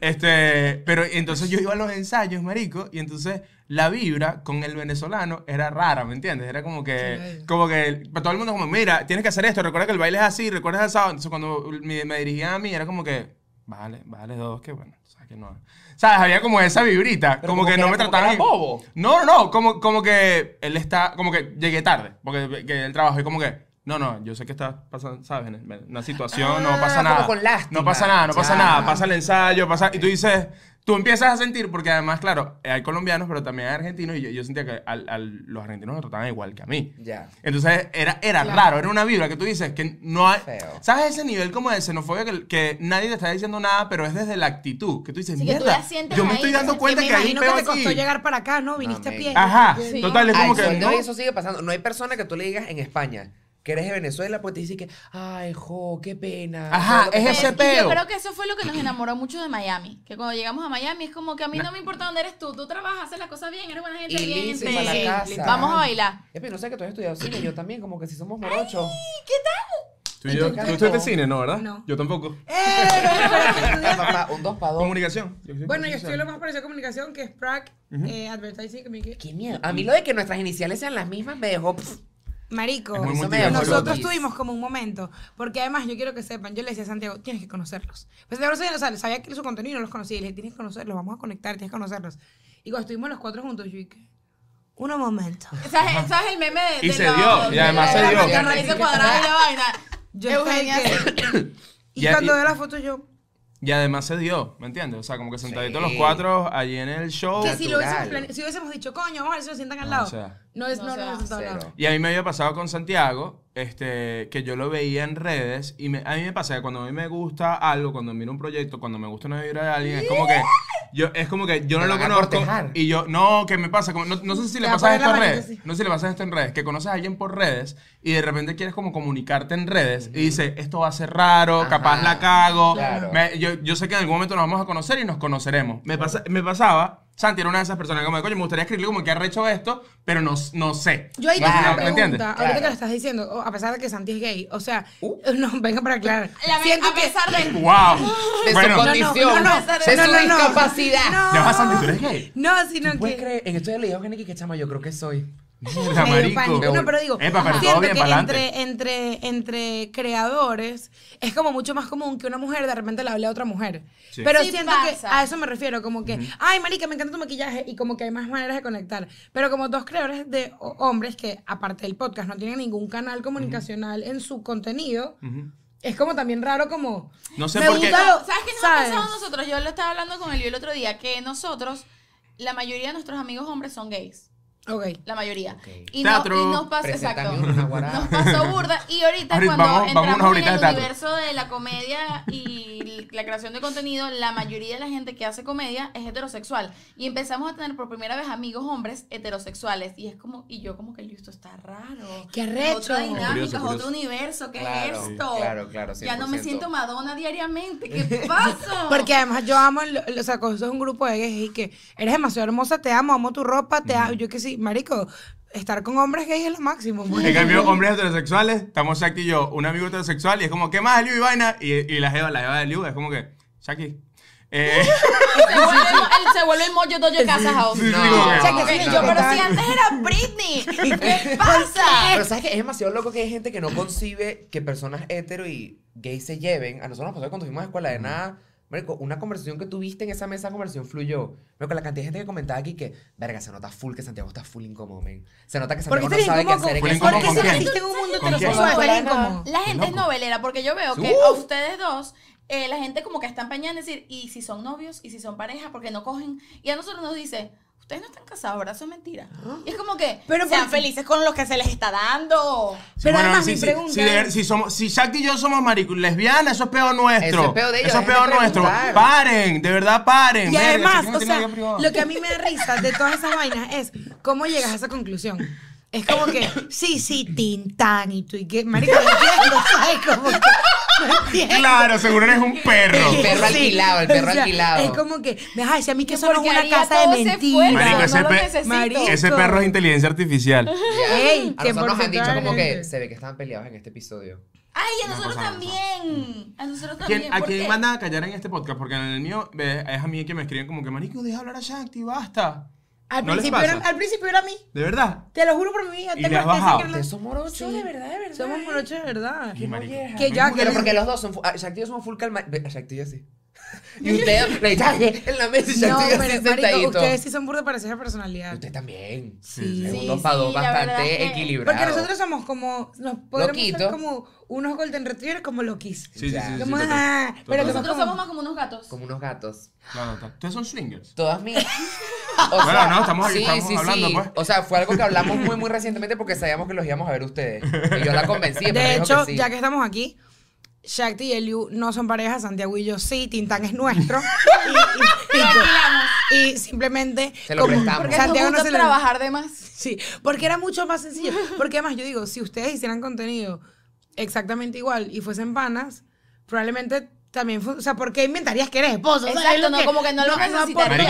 Este, pero entonces yo iba a los ensayos, marico, y entonces la vibra con el venezolano era rara, ¿me entiendes? Era como que, Claro. como que para todo el mundo como, mira, tienes que hacer esto, recuerda que el baile es así, recuerda esa... Entonces cuando me, me dirigía a mí era como que, vale, vale dos, que bueno, sabes que no. Sabes, había como esa vibrita, Pero como, que, no me era- como que trataban era bobo. no, no, no, como, como que él está, como que llegué tarde, porque que el trabajo y como que, no, no, yo sé que está pasando, ¿sabes? En el- en Una situación, no Ah, pasa como nada. con lástima. No pasa nada, no pasa Ya. nada, pasa el ensayo, pasa, y tú dices, tú empiezas a sentir, porque además, claro, hay colombianos, pero también hay argentinos, y yo, yo sentía que al, al- los argentinos me trataban igual que a mí. Ya. Entonces era, era Claro. raro, era una vibra que tú dices que no hay. Feo. ¿Sabes ese nivel como de xenofobia que, que nadie te está diciendo nada, pero es desde la actitud? Que tú dices, Sí, que tú mierda, la sientes yo me ahí, estoy dando que cuenta me que hay un imagino que peo te aquí. costó llegar para acá, ¿no? Viniste me- a pie. Ajá, Sí. total, es como Al que sol de no. hoy eso sigue pasando. No hay persona que tú le digas en España que eres de Venezuela, pues te dice que, ay, jo, qué pena. Ajá, todo lo que es pasa". ese Eh, Y yo peo. creo que eso fue lo que nos enamoró mucho de Miami. Que cuando llegamos a Miami es como que a mí no me importa dónde eres tú. Tú trabajas, haces las cosas bien, eres buena gente. Y bien, listo, y sí. para Sí, la listo. casa. Vamos a bailar. Epi, no sé que tú has estudiado cine, yo también, como que si somos morochos. Tú, y yo, tú Entonces, estudiaste no. cine, ¿no? ¿Verdad? No. Yo tampoco. Eh, Papá, un dos para dos. Comunicación. Yo Bueno, soy yo comunicación. estoy lo más parecido a comunicación, que es PRAC, eh, Advertising Communication. Qué miedo. A mí lo de que nuestras iniciales sean las mismas me dejó. pff, Marico, Es muy Eso me multiverso. dejó Nosotros loquis. tuvimos como un momento, porque además yo quiero que sepan, yo le decía a Santiago, tienes que conocerlos. Pues Santiago no sabía, o sea, sabía que su contenido y no los conocía, y le dije, tienes que conocerlos, vamos a conectar, tienes que conocerlos. Y cuando estuvimos los cuatro juntos, yo dije, un momento. ¿Sabes, sabes el meme de, Y de se los- dio, y de además la- se de dio. La raíz cuadrada y la vaina. Yo Eugenia. estoy que- y Ya, cuando y- veo la foto yo, Y además se dio, ¿me entiendes? O sea, como que sentaditos Sí. los cuatro allí en el show. que si, lo hubiésemos, natural. plane- si hubiésemos dicho, coño, vamos a ver si nos sientan al Oh, No, lado. o sea. no, es, No, no, o no, sea, nos sentamos al cero. lado. Y a mí me había pasado con Santiago, este, que yo lo veía en redes y me- a mí me pasa que cuando a mí me gusta algo, cuando miro un proyecto, cuando me gusta una vibra de alguien, es como que yo es como que yo Te no lo van a conozco cortejar. y yo no, que me pasa como no, no sé si le Te va a pasa poner la esto en manita redes, así. no sé si le pasa esto en redes, que conoces a alguien por redes y de repente quieres como comunicarte en redes y dices, esto va a ser raro, Ajá, capaz la cago. claro. me- yo, yo sé que en algún momento nos vamos a conocer y nos conoceremos. Me, pasa- me pasaba Santi era una de esas personas como de, coño, me gustaría escribirle como que ha recho esto, pero no, no sé. Yo ahí Claro. tengo una ¿Me entiendes? pregunta, ahorita que Claro. lo estás diciendo, oh, a pesar de que Santi es gay, o sea, Uh. no, venga para aclarar. La ve- Siento a que- pesar de. ¡Wow! De bueno, su no, condición, no, no, de no, su no, no. discapacidad. No. ya vas a tú eres gay. No, sino ¿Tú que... puedes creer? En esto yo le dije a Eugenia que qué chama yo creo que soy. Mierda, medio marico. pánico. No, pero digo, Epa, pero todo siento bien que para entre, entre, entre creadores es como mucho más común que una mujer de repente le hable a otra mujer. Sí. Pero Sí siento que pasa. a eso me refiero, como que, ay, marica, me encanta tu maquillaje y como que hay más maneras de conectar. Pero como dos creadores de ho- hombres que, aparte del podcast, no tienen ningún canal comunicacional en su contenido, es como también raro como... No sé me por qué- gusta lo- ¿Sabes qué nos ¿sabes? ha pasado a nosotros? Yo lo estaba hablando con Elio el otro día, que nosotros, la mayoría de nuestros amigos hombres son gays. Ok. La mayoría. Ok. Y, no- Teatro. y nos pasó, exacto. Preséntame una guarada. Nos pasó burda. Y ahorita, Ahorita cuando vamos- vamos entramos unas horitas de en el teatro. universo de la comedia y la creación de contenido, la mayoría de la gente que hace comedia es heterosexual. Y empezamos a tener por primera vez amigos hombres heterosexuales. Y es como, y yo como que "Yo, esto está raro. ¡Qué Es arrecho! Otra dinámica, Curioso, es curioso. otro universo, ¿qué Claro, es esto? claro, claro, Ya no me 100%. siento Madonna diariamente. ¿Qué pasa? Porque además yo amo, el- el- o sea, cuando sos un grupo de gays y que eres demasiado hermosa, te amo, amo tu ropa, te amo. Yo que sí, marico, estar con hombres gays es lo máximo. pues. En cambio, hombres heterosexuales, estamos Shaki y yo, un amigo heterosexual, y es como, ¿qué más, Liu y vaina? Y, y la jeva, la jeva de Liu, es como que, Shaki. Eh, se vuelve, el, se vuelve el mojo dojo casa house. sí, No. sí, como que, O sea, que Ok, no. yo, pero si antes era Britney, ¿qué Eh. pasa? Ah, Pero sabes que es demasiado loco que hay gente que no concibe que personas hetero y gay se lleven. A nosotros nos pasó cuando fuimos a escuela de nada. Marico, una conversación que tuviste en esa mesa, esa conversación fluyó. Pero con la cantidad de gente que comentaba aquí que, verga, se nota full que Santiago está full incómodo, men. Se nota que ¿Por qué Santiago sería no sabe incómodo? qué hacer. con- en ¿Por ¿Por qué qué incómodo ese momento. se con quién? metiste en un mundo ¿Con quién? heterosexual? Estaría Con incómodo. La gente es loco. Uh. novelera, porque yo veo que Uf. a ustedes dos, eh, la gente como que está empañada en decir, y si son novios, y si son pareja, porque no cogen. Y a nosotros nos dice, ustedes no están casados, ¿verdad? Eso es mentira. Y es como que Pero sean por- felices con lo que se les está dando. Sí, Pero bueno, además sí, mi sí, pregunta sí, de ver- es- si somos, si Shakti y yo somos marico lesbianas, eso es peo nuestro. Eso es peo de ellos, Eso es dejen peo de nuestro. preguntar. Paren, de verdad paren. Y verga, además, Shakti no o tiene sea, vida privada. lo que a mí me da risa de todas esas vainas es cómo llegas a esa conclusión. Es como que, sí, sí, Tintán y tú, y que, marico, no entiendo, ¿sabes? Como que, Claro, seguro eres un perro. El perro Sí. alquilado, el perro O sea, alquilado. Es como que, me vas a decir a mí que eso no Porque es una haría casa todo de ese mentiras. esfuerzo, Marico, ese no lo pe- necesito. Marico. Ese perro es inteligencia artificial. Ya. Ey, a nosotros nos han dicho como que 100%. se ve que estaban peleados en este episodio. Ay, a Una nosotros cosa, también. A nosotros ¿Quién- también. ¿A ¿por qué? quién mandan a callar en este podcast? Porque en el mío eh, es a mí que me escriben como que, marico, deja hablar a Shakti, basta. Al, ¿No les principio pasa? era, al principio era a mí. ¿De verdad? Te lo juro por mi vida. Y tengo le has que decir bajado. que no- Ustedes son morochos. Sí, de verdad, de verdad. Somos morochos de verdad. Y marico, Que ya, que Pero le- porque los dos son. fu- ah, Shakti y yo somos full calma. ve, Shakti y yo sí. Y usted me dice, en la mesa y No, Shakti y yo pero así marico, sentadito. ustedes sí son burda parecidas de personalidad. Usted también. Sí, Es sí. un dos para dos Sí, la verdad es bastante que- equilibrado. Porque nosotros somos como, nos podemos Loquito. ser como unos golden retrievers como loquis. Sí, sí, sí. Ya. sí, sí, Como, total. ah, Total. pero que Nosotros como- somos más como unos gatos. Como unos gatos. Claro, total. Ustedes son swingers. Todas mis. Bueno, no, estamos aquí, estamos hablando, pues. O sea, fue algo que hablamos muy, muy recientemente porque sabíamos que los íbamos a ver ustedes. Y yo la convencí. pero De me dijo hecho, que sí. ya que estamos aquí, Shakti y Eliu no son pareja, Santiago y yo sí, Tintán es nuestro. y, y- y- y simplemente... Se lo prestamos. Porque Porque Santiago nos gusta no se lo- trabajar de más. Sí, porque era mucho más sencillo. Porque además yo digo, si ustedes hicieran contenido exactamente igual y fuesen panas, probablemente también... fu- O sea, ¿por qué inventarías que eres esposo? O sea, Exacto, es lo no, como que no lo necesitaría,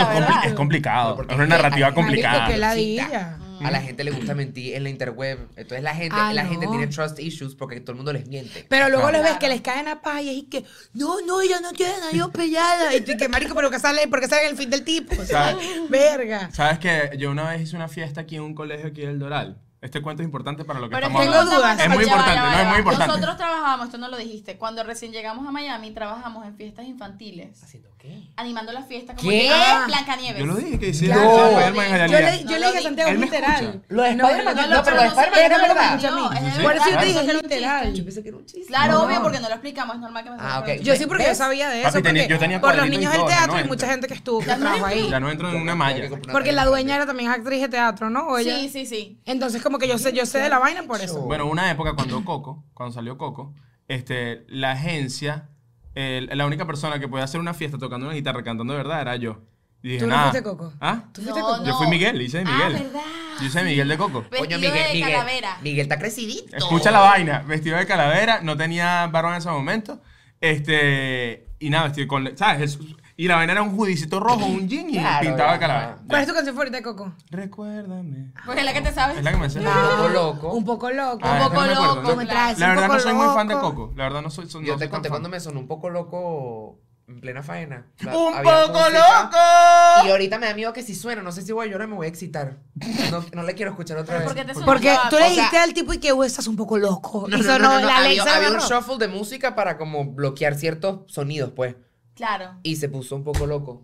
aporta, Marico, es, compli- ¿verdad? es complicado. Porque Es una es que- narrativa marico, complicada. Marico, que Cita. ladilla. A la gente le gusta mentir en la interweb. Entonces la gente, Ah, la no. gente tiene trust issues porque todo el mundo les miente. Pero luego Claro. les ves que les caen a paz y es que, no, no, ella no tiene yo pellada. Y tú, y que marico, pero que sale, porque sale el fin del tipo. O sea, verga. ¿Sabes que Yo una vez hice una fiesta aquí en un colegio aquí del Doral. Este cuento es importante para lo que Pero estamos tengo hablando. dudas. Es muy ya va, importante, ya va, no, es ya muy va. importante. Nosotros trabajábamos, tú no lo dijiste. Cuando recién llegamos a Miami, trabajamos en fiestas infantiles. ¿Haciendo qué? Animando las fiestas como ¿Qué? que, ah, Blancanieves. Yo lo dije que hice Ya. el No. Spider-Man en Yo Yo Hialeah. le, yo No le dije lo a vi. Santiago Él es me literal. escucha. Lo de Spider-Man. No, No, pero lo de no sé, Spider-Man no, era no, verdad. escucha a mí. no, es de Sí, sí. Por eso yo verdad, te pensé dije, que es era un chiste. literal. Pensé que era un chiste. Claro, No. obvio, porque no lo explicamos, es normal que me Ah, ok. Yo sí, porque yo ¿Ves? sabía de eso. Papi, tenía- porque yo tenía por los cuadritos y niños todo, del ya no teatro y entra. mucha gente que estuvo que trabajó ahí. Ya no entro en una malla. Porque la dueña era también actriz de teatro, ¿no? O ella- Sí, sí, sí. Entonces, como que yo sé, yo sé de la vaina por eso. Bueno, una época cuando Coco, cuando salió Coco, este, la agencia, el- la única persona que podía hacer una fiesta tocando una guitarra cantando de verdad era yo. Y dije, ¿Tú no "Nah". fuiste Coco? ¿Ah? ¿Tú fuiste No, con- no. Yo fui Miguel, hice de Ah, Miguel. verdad. yo hice de Miguel de Coco. Vestido de calavera. Miguel está crecidito. Escucha la vaina, vestido de calavera, no tenía varón en ese momento. Este, y nada, vestido con, ¿sabes? El- y la vaina era un judicito rojo, un jean y Claro, pintado de ya, calavera. ¿Cuál es tu canción favorita de Coco? Recuérdame. Porque es la que te sabes. Es la que me hace. Como loco. Un poco loco. Ah, Un esa poco no me acuerdo. loco, Yo- me traes La un verdad poco no soy muy fan de loco. Coco. La verdad no soy. son- Yo no te soy tan conté fan. cuando me sonó un poco loco en plena faena. La- ¡Un había poco música, loco! Y ahorita me da miedo que si suena, no sé si voy a llorar, me voy a excitar. No, no le quiero escuchar otra Pero vez. ¿por qué te sonó Porque la- tú le O sea- dijiste al tipo y que "Uy, estás un poco loco. No, y no, sonó no, no, no, la ley Había, se había un agarró. shuffle de música para como bloquear ciertos sonidos, pues. Claro. Y se puso un poco loco.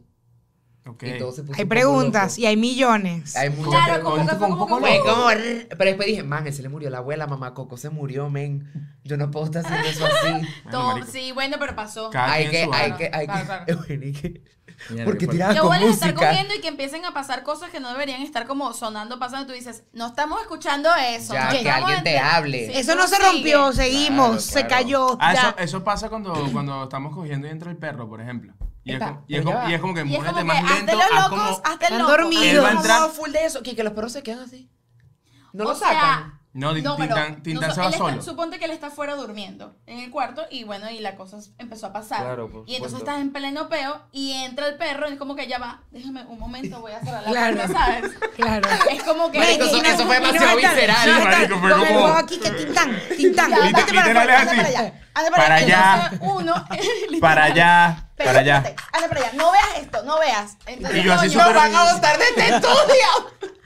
Ok. Y todo se puso Hay un poco loco. preguntas y hay millones. Hay muchas Claro, preguntas. como que fue Un como poco Fue que- como, "Rrr". Pero después dije, man, se le murió la abuela, mamá Coco se murió, men. Yo no puedo estar haciendo eso así. Bueno, Todo- marico. sí, bueno, pero pasó. Cada hay quien que, su hay vaina. que, hay Claro, que. claro. Bueno, y que- Mierda, Porque qué fuerte. tiraba Que Ah, con vuelves a estar música. comiendo y que empiecen a pasar cosas que no deberían estar como sonando, pasando. Tú dices, no estamos escuchando eso. Ya, no que estamos alguien te entre- hable. Sí, Eso tú no se sigue. rompió, seguimos, Claro, eh. se claro. cayó. Ah, ya. eso, eso pasa cuando, cuando estamos cogiendo y entra el perro, por ejemplo. Y, Epa, es, como, y, es, pero ya como, va. y es como que Y es como muévete que más hazte lento. los haz locos, como- hazte el Han loco. dormido. Él va a entrar- Estaba full de eso, que, que los perros se quedan así. No lo O sea, sacan. No, No, pero Tintán, Tintán no, se él va está- solo. suponte que él está fuera durmiendo en el cuarto y bueno, y la cosa empezó a pasar. Claro, por y supuesto. entonces estás en pleno peo y entra el perro y es como que ya va, déjame un momento, voy a cerrar la Claro. puerta, ¿sabes? Claro. Es como que... Marico, Y eso- no- eso fue y no demasiado están- visceral, no están marico, fue con el como- huevo aquí que tintán, tintán. Ya, Vete para literal afuera, es anda para así. allá. Anda Para allá. Ah, Entonces, uno, literal, Para allá, pero para allá. espérate, Anda para allá, no veas esto, no veas. Entonces, Y yo así coño, súper- van a botar de este estudio.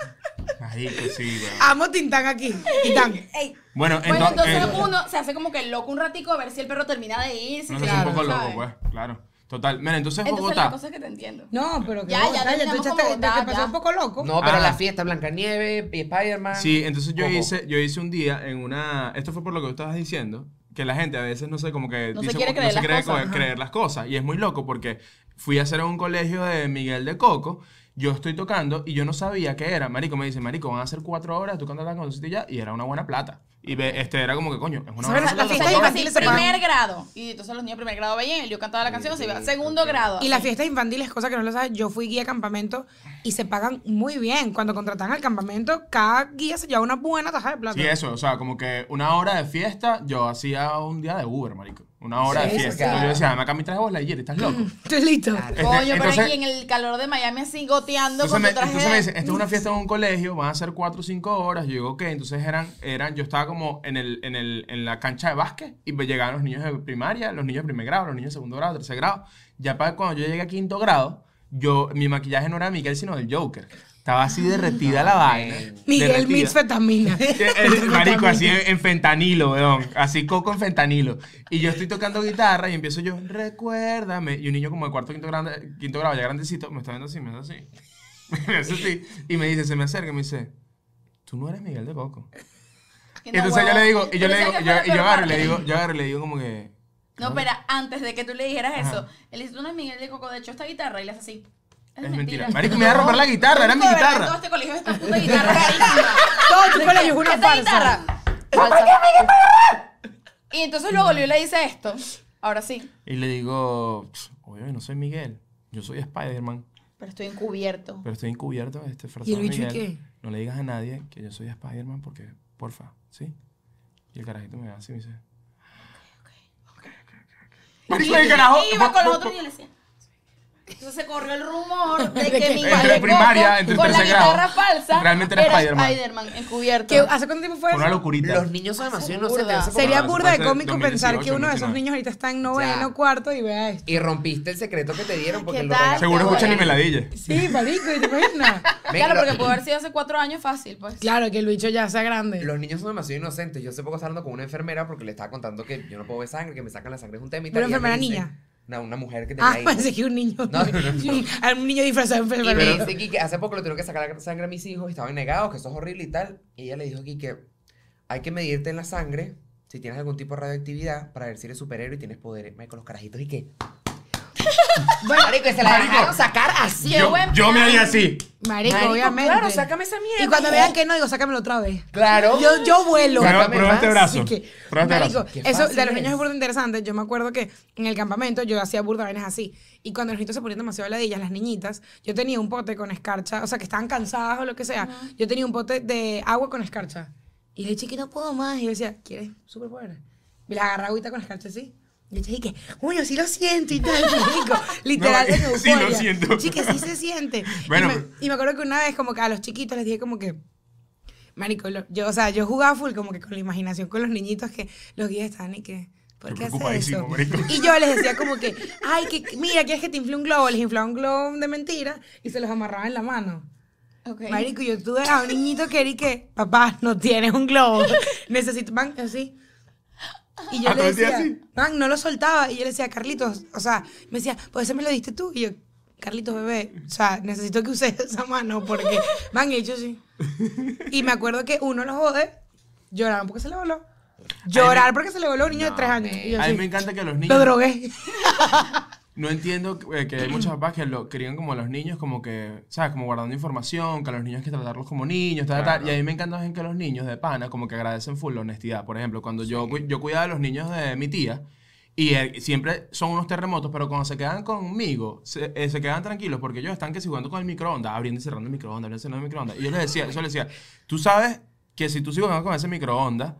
Marico, sí, weón. Amo tintán aquí, tintán. Ey, Bueno, Bueno, entonces. entonces eh, uno se hace como que loco un ratico a ver si el perro termina de irse. no, no, si es algo, un poco loco, ¿sabes? pues. Claro. Total. Mira, entonces Entonces la Bogotá. cosa es que te entiendo. No, pero que Ya, ya Bogotá, tú terminamos echaste, con te, Bogotá, te pasó ya. un poco loco. No, pero Ah. la fiesta, Blancanieves, Spider-Man. Sí, entonces yo Coco. hice, yo hice un día en una. Esto fue por lo que tú estabas diciendo. Que la gente a veces no sé, como que No se quiere como- no creer las se cree cosas, co- creer las cosas. Y es muy loco porque fui a hacer un colegio de Miguel de Coco yo estoy tocando y yo no sabía qué era. Marico me dice, Marico, van a ser cuatro horas, tú cantas con y ya, y era una buena plata. Y ve, este era como que, coño, es una ¿Sabes buena la- plata. la O fiesta sea, yo infantil así, se llama- primer grado. Y entonces los niños de primer grado veían, yo cantaba la canción, se iba a segundo grado. Y las así. fiestas infantiles, cosa que no lo sabes, yo fui guía de campamento y se pagan muy bien. Cuando contratan al campamento, cada guía se lleva una buena taja de plata. Sí, eso, o sea, como que una hora de fiesta, yo hacía un día de Uber, marico. Una hora Sí, de fiesta. claro. Entonces Yo decía, dame acá mi traje Boslayer, estás loco. Estoy listo. Claro. Este, Coño, pero entonces- aquí en el calor de Miami así goteando Entonces con me, tu traje. entonces me dicen, esto es una fiesta en un colegio, van a ser cuatro o cinco horas. Yo digo, ok, entonces eran, eran, yo estaba como en, el, en, el, en la cancha de básquet y me llegaban los niños de primaria, los niños de primer grado, los niños de segundo grado, tercer grado. Ya para cuando yo llegué a quinto grado, yo, mi maquillaje no era de Miguel, sino del Joker. Estaba así derretida la vaina. Miguel derretida. Mixfetamina. Eh, eh, Marico, así en, en fentanilo, weón. Así coco en fentanilo. Y yo estoy tocando guitarra y empiezo yo, recuérdame. Y un niño como de cuarto, quinto, grande, quinto grado, ya grandecito, me está viendo así, me hace así. Me hace así. Y me dice, se me acerca y me dice, tú no eres Miguel de Coco. Que Y no, entonces yo huevo. le digo, y yo Pero le ¿sabes digo, qué yo, fue la y yo peor agarro y le parte? digo, yo agarro y le digo como que. No, pero antes de que tú le dijeras Ajá. eso, él dice, tú no eres Miguel de Coco, de hecho, esta guitarra, y le hace así. Es mentira. Marico, me iba a romper la guitarra, era mi De verdad, guitarra. Todo este colegio es esta puta guitarra carísima. Todo tu colegio es una Esta farsa. guitarra. Falsa. Y entonces luego Leo le dice esto. Ahora sí, Y le digo, oye, no soy Miguel, yo soy Spider-Man. pero estoy encubierto. Pero estoy encubierto, ¿Y este el Frazón bicho Miguel. qué? No le digas a nadie que yo soy Spider-Man porque, porfa, ¿sí? Y el carajito me hace y me dice... Marico, el carajo... Y iba con los otros y yo le decía. Entonces se corrió el rumor de que- que En mi la primaria, en tu con la tercer grado, guitarra falsa realmente era Spider-Man. encubierto. ¿Qué- ¿Hace cuánto tiempo fue Fue eso? una locurita. Los niños son demasiado inocentes. burda. hace poco- Sería No, eso burda puede de ser cómico pensar 2018, que uno de esos 2019. niños ahorita está en noveno, Ya. cuarto cuarto y vea esto. Y rompiste el secreto que te dieron porque ¿Qué lo tal? regalaste. Seguro Qué escuchan y bueno. meladille. Sí, marico, ¿y te imaginas? Claro, Ven, lo- porque pudo haber sido hace cuatro años fácil, pues. Claro, que el bicho ya sea grande. Los niños son demasiado inocentes. Yo hace poco estaba hablando con una enfermera porque le estaba contando que yo no puedo ver sangre, que me sacan la sangre es un tema y ¿Una tal. y ella me enfermera dice- niña? No, una mujer que tenía Ah, ahí. pensé que un niño. No, no, no. Un niño disfrazado de Y me enfermero. dice que hace poco le tuvieron que sacar la sangre a mis hijos, estaban negados, que eso es horrible y tal. Y ella le dijo aquí que hay que medirte en la sangre si tienes algún tipo de radioactividad para ver si eres superhéroe y tienes poderes. Marico, los carajitos y que. Bueno, marico, y se la dejaron sacar así. Qué Yo, buen yo me plan. haría así. Marico, Marico, obviamente. Claro, sácame esa mierda. Y cuando vean que no, digo, sácamelo otra vez. Claro. Yo, yo vuelo. Prueba, Claro, Sácame prueba este más, brazo. Así que, Prueba este marico, brazo. Qué eso fácil de los niños es. es burda interesante. Yo me acuerdo que en el campamento yo hacía burda vainas así. Y cuando los niñitos se ponían demasiado ladillas, las niñitas, yo tenía un pote con escarcha, o sea, que estaban cansadas o lo que sea. Yo tenía un pote de agua con escarcha. Y le chiquito, no puedo más. Y yo decía, ¿quieres superpoder? Y la agarraba agüita con escarcha así. Y yo dije, uy, yo sí lo siento y tal, marico. Literal, de No, sí lo euforia. siento. Sí, que sí se siente. Bueno, y, me, pero- y me acuerdo que una vez, como que a los chiquitos les dije, como que. Marico, lo- yo, o sea, yo jugaba full como que con la imaginación con los niñitos que los guías estaban y que. ¿Por Estoy qué hace preocupadísimo, eso? marico. Y yo les decía como que, ay, que mira, ¿quieres que te infle un globo? Les inflaba un globo de mentira y se los amarraba en la mano. Ok. Marico, yo tuve a un niñito que era y que, papá, no tienes un globo. Necesito, van, así. Y yo Ah, le todo el día decía, así. van, no lo soltaba. Y yo le decía, Carlitos, o sea, me decía, pues ese me lo diste tú. Y yo, Carlitos, bebé, o sea, necesito que uses esa mano porque, van, y yo sí. Y me acuerdo que uno lo jode, lloraron porque se le voló. Llorar porque se le voló a un niño de tres años. Y yo A mí sí, me encanta que lo los niños... drogué. No entiendo eh, que hay muchos papás que lo crían como a los niños, como que, ¿sabes? Como guardando información, que a los niños hay que tratarlos como niños, tal, tal. Y a mí me encanta es que los niños de pana como que agradecen full la honestidad. Por ejemplo, cuando yo, cu- yo cuidaba a los niños de mi tía, y eh, siempre son unos terremotos, pero cuando se quedan conmigo, se, eh, se quedan tranquilos porque ellos están que si jugando con el microondas, abriendo y cerrando el microondas, abriendo y cerrando el microondas. Y yo les decía, yo les decía, tú sabes que si tú sigues jugando con ese microondas,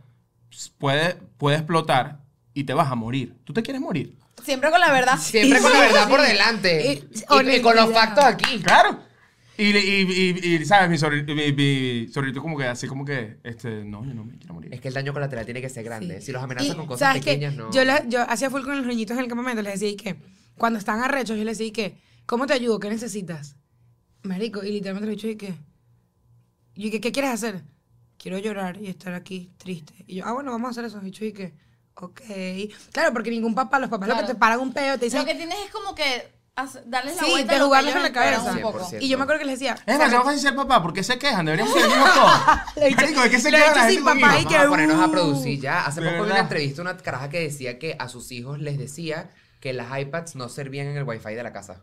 s- puede, puede explotar y te vas a morir. ¿Tú te quieres morir? Siempre con la verdad. Siempre con la verdad por delante. Eh, Y, y con los honestidad. factos aquí. Claro. Y, le- y, y, y, ¿sabes? Mi sobrinito, mi, mi sobrinito como que así como que, este, no, yo no me quiero morir. Es que el daño colateral tiene que ser grande. Sí. Si los amenazas Y, con cosas ¿sabes qué? pequeñas, no. Yo, la- yo hacía full con los niñitos en el campamento, les decía y que cuando están arrechos, yo les decía y que, ¿cómo te ayudo? ¿Qué necesitas? Marico, y literalmente les dije y que, y que, ¿qué quieres hacer? Quiero llorar y estar aquí triste. Y yo, ah, bueno, vamos a hacer eso. Y yo y que, ok. Claro, porque ningún papá, los papás lo Claro. que te paran un peo, te Lo dicen... que tienes es como que hace- darles la Sí, vuelta. de a lo que jugarles ellos con la cabeza. esperaban Un poco. 100%. Y yo me acuerdo que les decía... Es más, vamos a decir papá, ¿por qué se quejan? Deberíamos ser mismos todos. Lo he dicho- Marico, ¿de qué se lo he quejan dicho la sin gente papá conmigo? y que- Vamos a ponernos a uh, producir ya. Hace de poco vi una verdad. entrevista a una caraja que decía que a sus hijos les decía que las iPads no servían en el wifi de la casa.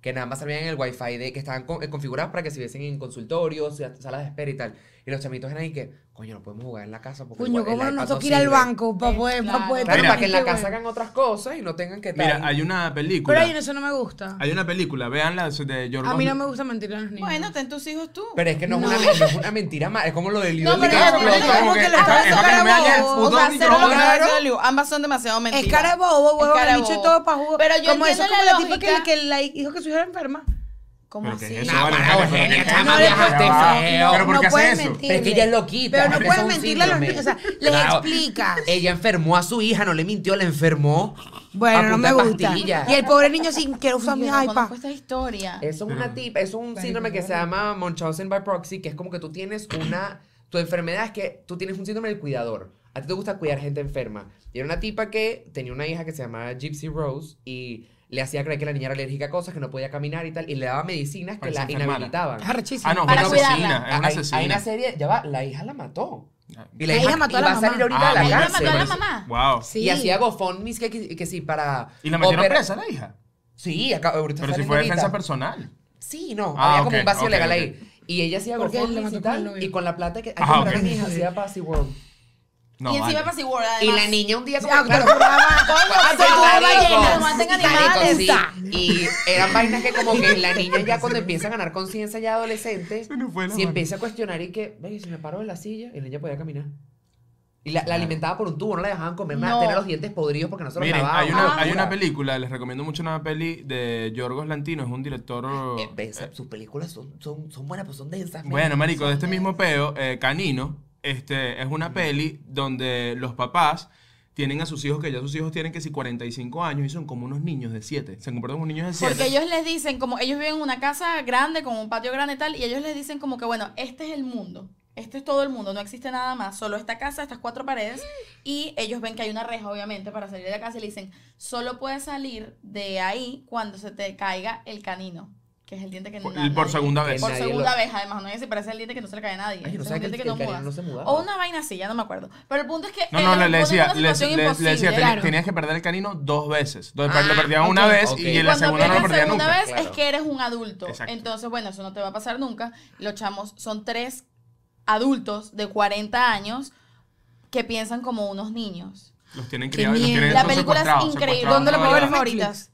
que nada más salían en el wifi de que estaban con- eh, configuradas para que se viesen en consultorios, sa- salas de espera y tal. Y los chamitos eran ahí que, coño, no podemos jugar en la casa porque el Coño, wi- el ¿cómo no iPad nos toca ir sirve". al banco para poder, Claro. para poder Claro, Mira. para que en la Bueno. casa hagan otras cosas y no tengan que Mira, tal. hay una película. Pero ahí eso no me gusta. Hay una película, veanla de Yorgos. A mí no me gusta mentir a los niños. Bueno, ten tus hijos tú. Pero es que no, Es, una, no es una mentira más, es como lo del No, libro pero del es libro como del que- otro. como que es las para- dos es son para que me cara haya el bobo. O fútbol sea, ni cero lo que drogas. va a decir Liu. Ambas son demasiado mentiras. es cara de bobo, huevón, cara de el bicho bobo. todo para jugar. Pero yo como eso, entiendo como la la tipa que, lógica. que la dijo que su hija era enferma. ¿Cómo Pero que así? es eso, Nah, vale, para, vale, Eugenia, pero- chama, No, vieja, pero- este no, feo. pero ¿por qué no hace puedes eso? mentirle. Pero es que ella es loquita. Pero no eso es puedes un mentirle a los síndrome. niños. O sea, les Claro. explicas. Ella enfermó a su hija, no le mintió, la enfermó. Bueno, no me Apunta gusta. pastillas. Y el pobre niño sin quiero usar mi Yo no iPad. conozco esta historia. Eso es una tip, eso es un Marico, síndrome que qué se llama Munchausen by proxy, que es como que tú tienes una tu enfermedad es que tú tienes un síndrome del cuidador. A ti te gusta cuidar gente enferma. Y era una tipa que tenía una hija que se llamaba Gypsy Rose y le hacía creer que la niña era alérgica a cosas, que no podía caminar y tal, y le daba medicinas Para que que la se enfermara. inhabilitaban. Es arrechísimo. Ah, no, es Para una asesina. cuidarla. Es una Hay, hay una asesina. serie, ya va, la hija la mató. Y la, La hija, hija mató a y la va a salir mamá. ahorita de Ah, la bueno, La hija cárcel. mató a la parece- mamá. Wow. Sí. Y hacía GoFundMe que, que, que sí, para... ¿Y la metieron opera- presa la hija? Sí, acá, ahorita Pero si salen fue ahorita. defensa personal. Sí, no, Ah, había ok, como un vacío ok, legal ok. ahí. Y ella hacía Porque él le GoFundMe y mató con el tal, novio. y con la plata que hay que Ah, comprar ok. a mi hija hacía Pasi World. No, y encima vale. Pasi World, Y la además. niña un día como Ah, que, claro, claro, Ah, hace sí, todo marico. ballenas, No maten marico, animales. sí. Y eran vainas que como que la niña ya cuando empieza a ganar conciencia ya adolescente, Se nos fue la si mano. empieza a cuestionar y que, ve, si me paro de la silla, y la niña podía caminar. Y la, la alimentaba por un tubo, no la dejaban comer nada, No. tenía los dientes podridos porque nosotros Miren, hay una, Ah, hay una película, les recomiendo mucho una peli de Yorgos Lantinos, es un director... Eh, sus películas son, son, son buenas, pues son densas. men. Bueno, marico, de este mismo peo, eh, Canino, este, es una peli donde los papás tienen a sus hijos, que ya sus hijos tienen que si 45 años y son como unos niños de 7. Se comportan como niños de 7. Porque ellos les dicen, como ellos viven en una casa grande, con un patio grande y tal, y ellos les dicen como que, bueno, este es el mundo. Este es todo el mundo, no existe nada más, solo esta casa, estas cuatro paredes, y ellos ven que hay una reja, obviamente, para salir de la casa y le dicen, solo puedes salir de ahí cuando se te caiga el canino, que es el diente que Por- na- por nadie- segunda vez. Por Nadie lo- segunda vez, además, no es si parece el diente que no se le cae a nadie. Ay, yo ese no es sabía un que el, diente que que no muda. no se mudaba. O una vaina así, ya no me acuerdo. Pero el punto es que. No, no, ellos le, le ponen decía, una le, situación le- le decía, imposible. ten- Claro. tenías que perder el canino dos veces. Dos- Ah, lo perdían una ok, vez ok. y en la cuando segunda no lo pierdes perdían segunda nunca. vez claro. es que eres un adulto. Exacto. Entonces, bueno, eso no te va a pasar nunca. Los chamos son tres adultos de 40 años que piensan como unos niños. Los tienen Qué criados y los miedo. tienen La son película es secuestrados, increíble. secuestrados ¿Dónde la en puedo ver? Navidad. favoritas?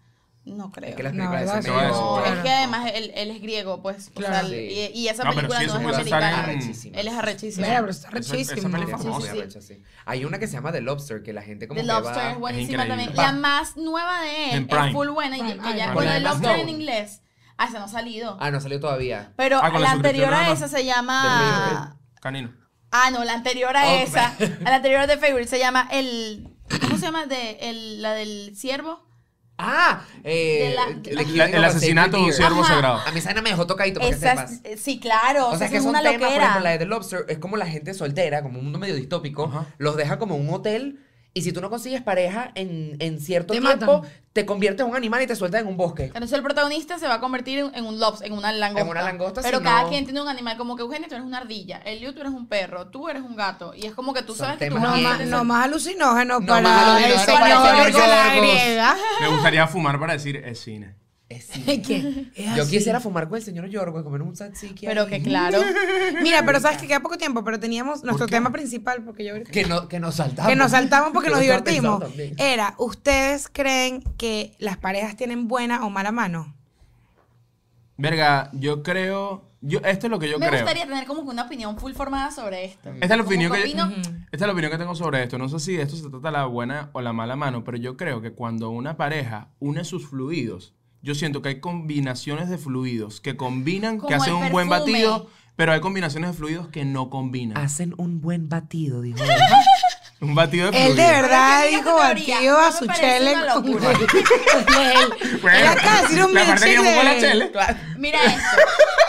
No creo. Es que las No, películas de ¿verdad? ese Sí, No, Claro. es que además él, él es griego, pues. O sea, Claro. y, y esa No, pero película sí, no eso es puede estar americana. en- Él es arrechísimo. Mira, pero está Esa- esa rechísimo. peli Sí, famosa. sí, arrecha, sí. Hay una que se llama The Lobster, que la gente como The que Lobster va... es buenísima increíble. también. Va. La más nueva de En él Prime. es full buena. y Prime, que ya, Prime. bueno, The Con la de Lobster en Amazon. inglés. Ah, esa no ha salido. Ah, no salió todavía. Pero Ah, con la la anterior suscripción a nada esa más. se Del Blu-ray. llama. Canino. Ah, no, la anterior a Oh, esa. La anterior de Favorite se llama el. ¿Cómo se llama? De, el, la del ciervo. Ah, eh, De la- el- La- el- La- el asesinato de un Ajá. siervo sagrado. Ah, A mí esa no me dejó tocadito, porque Esa sepas. es- eh, sí, claro. O sea, esa que es es un una tema, por ejemplo, la loquera. de The Lobster, es como la gente soltera, como un mundo medio distópico, Ajá. los deja como un hotel y si tú no consigues pareja en, en cierto Te tiempo, matan. te conviertes en un animal y te sueltan en un bosque. Entonces el protagonista se va a convertir en, en un lobster, en una langosta. En una langosta, Pero si cada no- quien tiene un animal, como que Eugenio, tú eres una ardilla, Eliu, tú eres un perro, tú eres un gato. Y es como que tú Son sabes que tú temas No bien. más, no más alucinógeno No para más el alucinógeno señor para el señor de la Yorgos. griega. Me gustaría fumar para decir es cine. Es sí. ¿Qué? Es Yo así. quisiera fumar con el señor Yorgo y comer un tzatziki. Pero ahí. que claro. Mira, pero sabes que queda poco tiempo, pero teníamos nuestro tema principal, porque yo ahorita- Que, no, que nos saltamos. que nos saltamos porque Yo nos estaba pensando divertimos. también. Era, ¿ustedes creen que las parejas tienen buena o mala mano? Verga, yo creo. Yo, esto es lo que yo Me creo. gustaría tener como que una opinión full formada sobre esto. Esta es la Como opinión que yo- opino- Esta es la opinión que tengo sobre esto. No sé si de esto se trata la buena o la mala mano, pero yo creo que cuando una pareja une sus fluidos, yo siento que hay combinaciones de fluidos que combinan, que Como hacen el un buen perfume. batido, pero hay combinaciones de fluidos que no combinan. Hacen un buen batido, dijo. Un batido de Él fluidos. de verdad Pero es que dijo digas teoría, batido a no me su parece chele una con con locura. él. Bueno, Era casi un la parte que milkshake me huele de- a chele. Mira esto.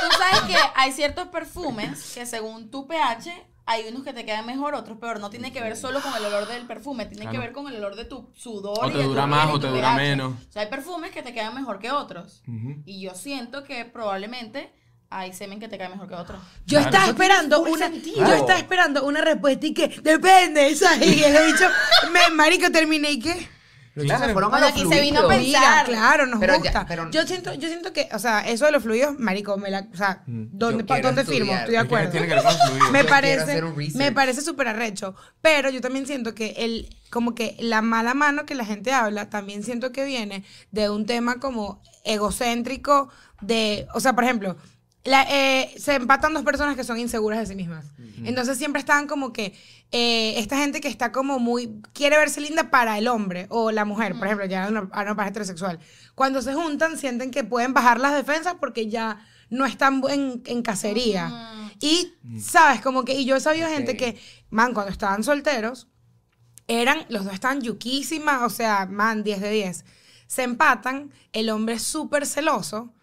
Tú sabes que hay ciertos perfumes que según tu pH hay unos que te quedan mejor, otros peor. No tiene que ver solo con el olor del perfume, tiene que Claro. ver con el olor de tu sudor. O y te de tu dura piel más y o tu te dura pH. menos. Mm. O sea, hay perfumes que te quedan mejor que otros. Ujú. Y yo siento que probablemente hay semen que te cae mejor que otros. Yo Claro. estaba Eso esperando full una, sentido. yo estaba esperando una respuesta y que depende, ¿sabes? Y él ha dicho, me, marico, terminé y qué. Claro, dicen. fueron a lo Bueno, aquí se vino fluido. a pensar. Mira, claro, nos Pero ya, gusta. pero- yo siento, yo siento que, o sea, eso de los fluidos, marico, me la, o sea, ¿dónde, Mm. Yo pa- quiero ¿dónde estudiar. firmo? Estoy de Es que acuerdo. tiene que ver con fluido. me quiero parece hacer un research. me parece súper arrecho pero yo también siento que el como que la mala mano que la gente habla también siento que viene de un tema como egocéntrico de o sea por ejemplo la, eh, se empatan dos personas que son inseguras de sí mismas entonces siempre están como que eh, esta gente que está como muy quiere verse linda para el hombre o la mujer por ejemplo ya una, a una pareja heterosexual cuando se juntan sienten que pueden bajar las defensas porque ya no están en, en cacería Mm. y, ¿sabes? Como que, y yo he sabido gente Mm. Ok. que, man, cuando estaban solteros, eran, los dos estaban yuquísimas, o sea, man, 10 de 10. Se empatan, el hombre es súper celoso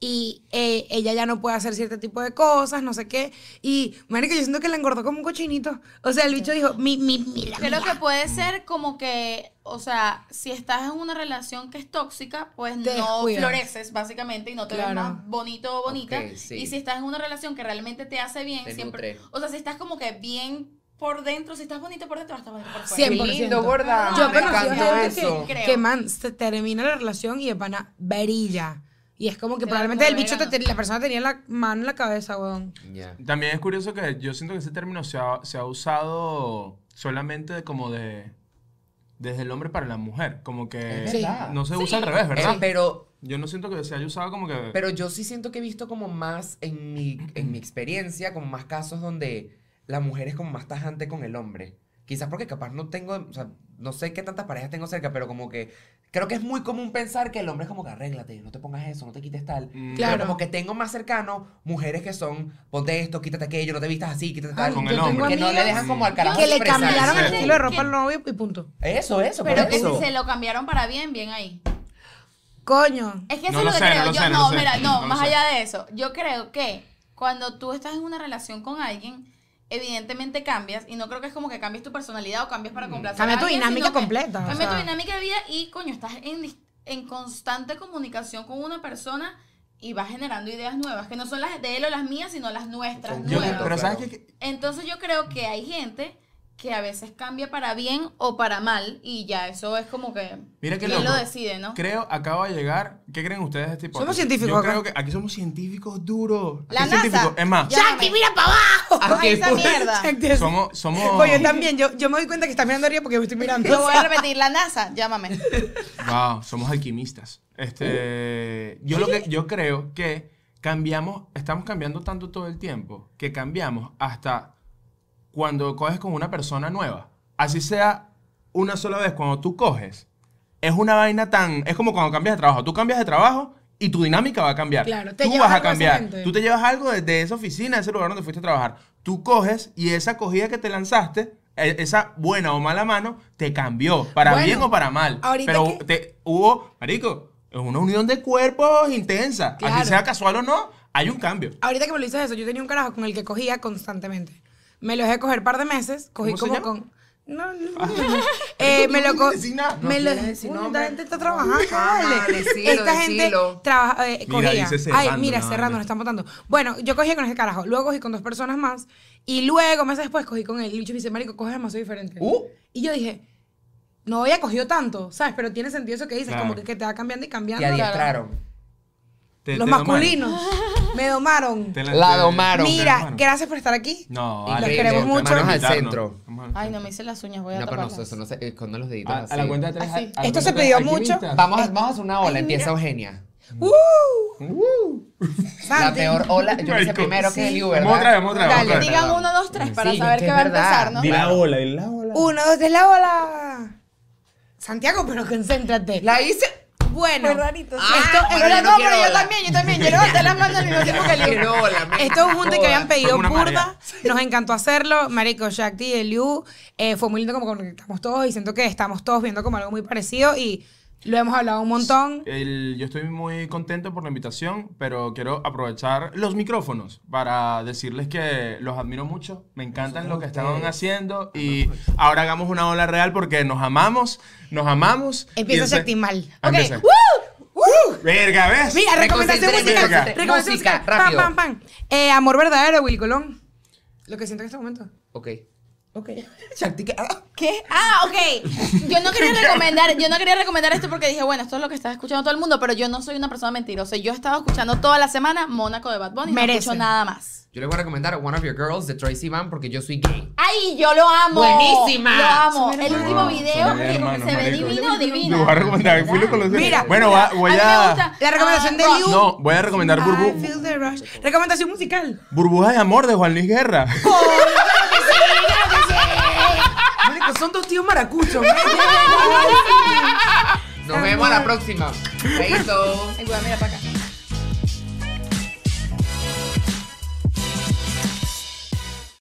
y eh, ella ya no puede hacer cierto tipo de cosas, no sé qué. Y, marico, yo siento que la engordó como un cochinito. O sea, el bicho dijo, mi, mi, mi, la Creo mía". que puede ser como que, o sea, si estás en una relación que es tóxica, pues Te no descuidas. floreces básicamente y no te Claro. ves más bonito o bonita. Ok, sí. Y si estás en una relación que realmente te hace bien, Te siempre, nutre. o sea, si estás como que bien por dentro, si estás bonito por dentro, vas a estar bonito por fuera. Qué 100%. lindo, gorda. Yo me conocí a encantó gente eso. que- Creo. Que, man, se termina la relación y de pana brilla. Y es como que Te va probablemente el como bicho, te- vegano. la persona tenía la mano en la cabeza, weón. Ya. También es curioso que yo siento que ese término se ha, se ha usado solamente de- como de. Desde el hombre para la mujer. Como que. Es Eh, verdad. No se usa al revés, ¿verdad? Eh, pero yo no siento que se haya usado como que. Pero yo sí siento que he visto como más en mi, en mi experiencia, como más casos donde la mujer es como más tajante con el hombre. Quizás porque capaz no tengo, o sea, no sé qué tantas parejas tengo cerca, pero como que creo que es muy común pensar que el hombre es como que arréglate, no te pongas eso, no te quites tal. Mm, Claro. Pero como que tengo más cercano mujeres que son, ponte esto, quítate aquello, no te vistas así, quítate tal. Ay, Con yo el tengo hombre. que no le amigas dejan como al carajo que le expresarse. cambiaron el Sí. estilo de ropa Que- al novio y punto. Eso, eso, por Pero que eso. si se lo cambiaron para bien, bien ahí. Coño. Es que eso No lo es lo que sé, no creo. lo yo, sé, no no, lo sé. mira, No no, lo más sé. allá de eso. Yo creo que cuando tú estás en una relación con alguien, evidentemente cambias. Y no creo que es como que cambies tu personalidad o cambias Mm. para complacer. Cambia a tu alguien, dinámica sino que completa, o Cambia tu sea. dinámica de vida y, coño, estás en, dis- en constante comunicación con una persona y vas generando ideas nuevas, que no son las de él o las mías, sino las nuestras. Son Yo- nuevas. pero ¿sabes Claro. qué? Entonces yo creo que hay gente que a veces cambia para bien o para mal y ya eso es como que Mira qué quién lo loco. decide, ¿no? Creo, acaba de llegar. ¿Qué creen ustedes de este tipo? Somos científicos Yo acá. creo que aquí somos científicos duros. Aquí La científicos. NASA. Es más, Ya. Shakti, mira para abajo! Ay, esa pues. mierda. Shakti, somos. somos... Oye, pues, yo también, yo, yo me doy cuenta que estás mirando arriba porque me estoy mirando. Lo voy a repetir, la NASA, llámame. Wow, somos alquimistas. Este, Uh. yo lo que yo creo que cambiamos, estamos cambiando tanto todo el tiempo que cambiamos hasta cuando coges con una persona nueva. Así sea una sola vez cuando tú coges. Es una vaina tan, es como cuando cambias de trabajo, tú cambias de trabajo y tu dinámica va a cambiar. Claro, te tú llevas vas a algo de esa cambiar. gente. Tú te llevas algo de, de esa oficina, de ese lugar donde fuiste a trabajar. Tú coges y esa cogida que te lanzaste, e- esa buena o mala mano, te cambió. Para Bueno, bien o para mal. ahorita Pero que- te- hubo, marico, es una unión de cuerpos intensa. Claro. Así sea casual o no, hay un cambio. Ahorita que me lo dices eso, yo tenía un carajo con el que cogía constantemente. Me lo dejé coger par de meses, cogí ¿Cómo se como llama? Ah. con... No, no, no. Eh, me lo co- Sin nada. me lo No quieres decir Uy, nombre. esta gente está trabajando Ah, dale. decilo, esta gente decilo. trabaja eh, Mira, cogía dice ay cerrando, mira no, cerrando vale. nos están votando bueno yo cogí con ese carajo luego cogí con dos personas más y luego meses después cogí con él y el bicho me dice marico coges demasiado diferente Uh. y yo dije no había cogido tanto sabes pero tiene sentido eso que dices Claro. como que, que te va cambiando y Te cambiando adiestraron. Te- los te domaron. masculinos me domaron Te La te- domaron. mira domaron. gracias por estar aquí No, Los Ale, queremos no, mucho. hermanos Manos al invitarnos. centro. Hermanos al Ay, no centro. me hice las uñas, voy a No, pero no, taparlas. eso no sé, eh, con los deditos Ah, A, a la así. cuenta de tres. Así. a- a la Ah, Esto se cuenta de pidió tres, mucho. alquimistas. Vamos, a- vamos a hacer una ola, empieza Eugenia. ¡Uh! La Santi. peor ola, yo hice Marico, primero que el Uber. Vamos otra vez, vamos otra vez. Dale, vamos otra vez. Digan Perdón. uno, dos, tres para Sí, saber es que qué va a es verdad. empezar, ¿no? Di Dile- la ola, di la ola. uno dos de la ola Santiago pero concéntrate La hice. Bueno, Fue rarito, sí. esto, Ah, esto- bueno, yo no no, quiero pero yo ola. también, yo también. Yo levanté las manos al mismo tiempo que Liu. Quiero ola, me Esto es un junte que habían pedido Fue una burda. marea. Nos encantó hacerlo. Marico, Shakti y Liu. eh, fue muy lindo como conectamos todos y siento que estamos todos viendo como algo muy parecido y lo hemos hablado un montón. El- yo estoy muy contento por la invitación, pero quiero aprovechar los micrófonos para decirles que los admiro mucho, me encantan lo que están haciendo y ahora hagamos una ola real porque nos amamos, nos amamos. Empieza Piensa- Shakti mal. Ah, Ok. empieza. ¡Woo! ¡Woo! Verga, ¿ves? Mira, recomendación Reconcentré, musical. reconcentré. Recomendación Música, musical. Pam, rápido. pam, pam. Eh, Amor verdadero, Will Colón. Lo que siento en este momento. Ok. Ok. Shakti, que- ah, ¿Qué? Ah, ok. Yo no quería recomendar, yo no quería recomendar esto porque dije, bueno, esto es lo que está escuchando todo el mundo, pero yo no soy una persona mentirosa. Yo he estado escuchando toda la semana Mónaco de Bad Bunny, Merece. no escucho nada más. Yo le voy a recomendar One of Your Girls de Tracy Van porque yo soy gay. ¡Ay, yo lo amo! Buenísima. Lo amo. Son El hermanos. último Wow, video son bien que hermanos, se ve marico. divino, divino. Lo voy a recomendar. Fui lo conocí. Mira. bueno, va- voy me a. gusta. La recomendación de Ah, Liu. No, voy a recomendar I burbu feel the rush. Recomendación musical. Burbuja de amor de Juan Luis Guerra. Marico, son dos tíos maracuchos. marico. Nos vemos a la próxima. Chaito. Ay, güey, mira para acá.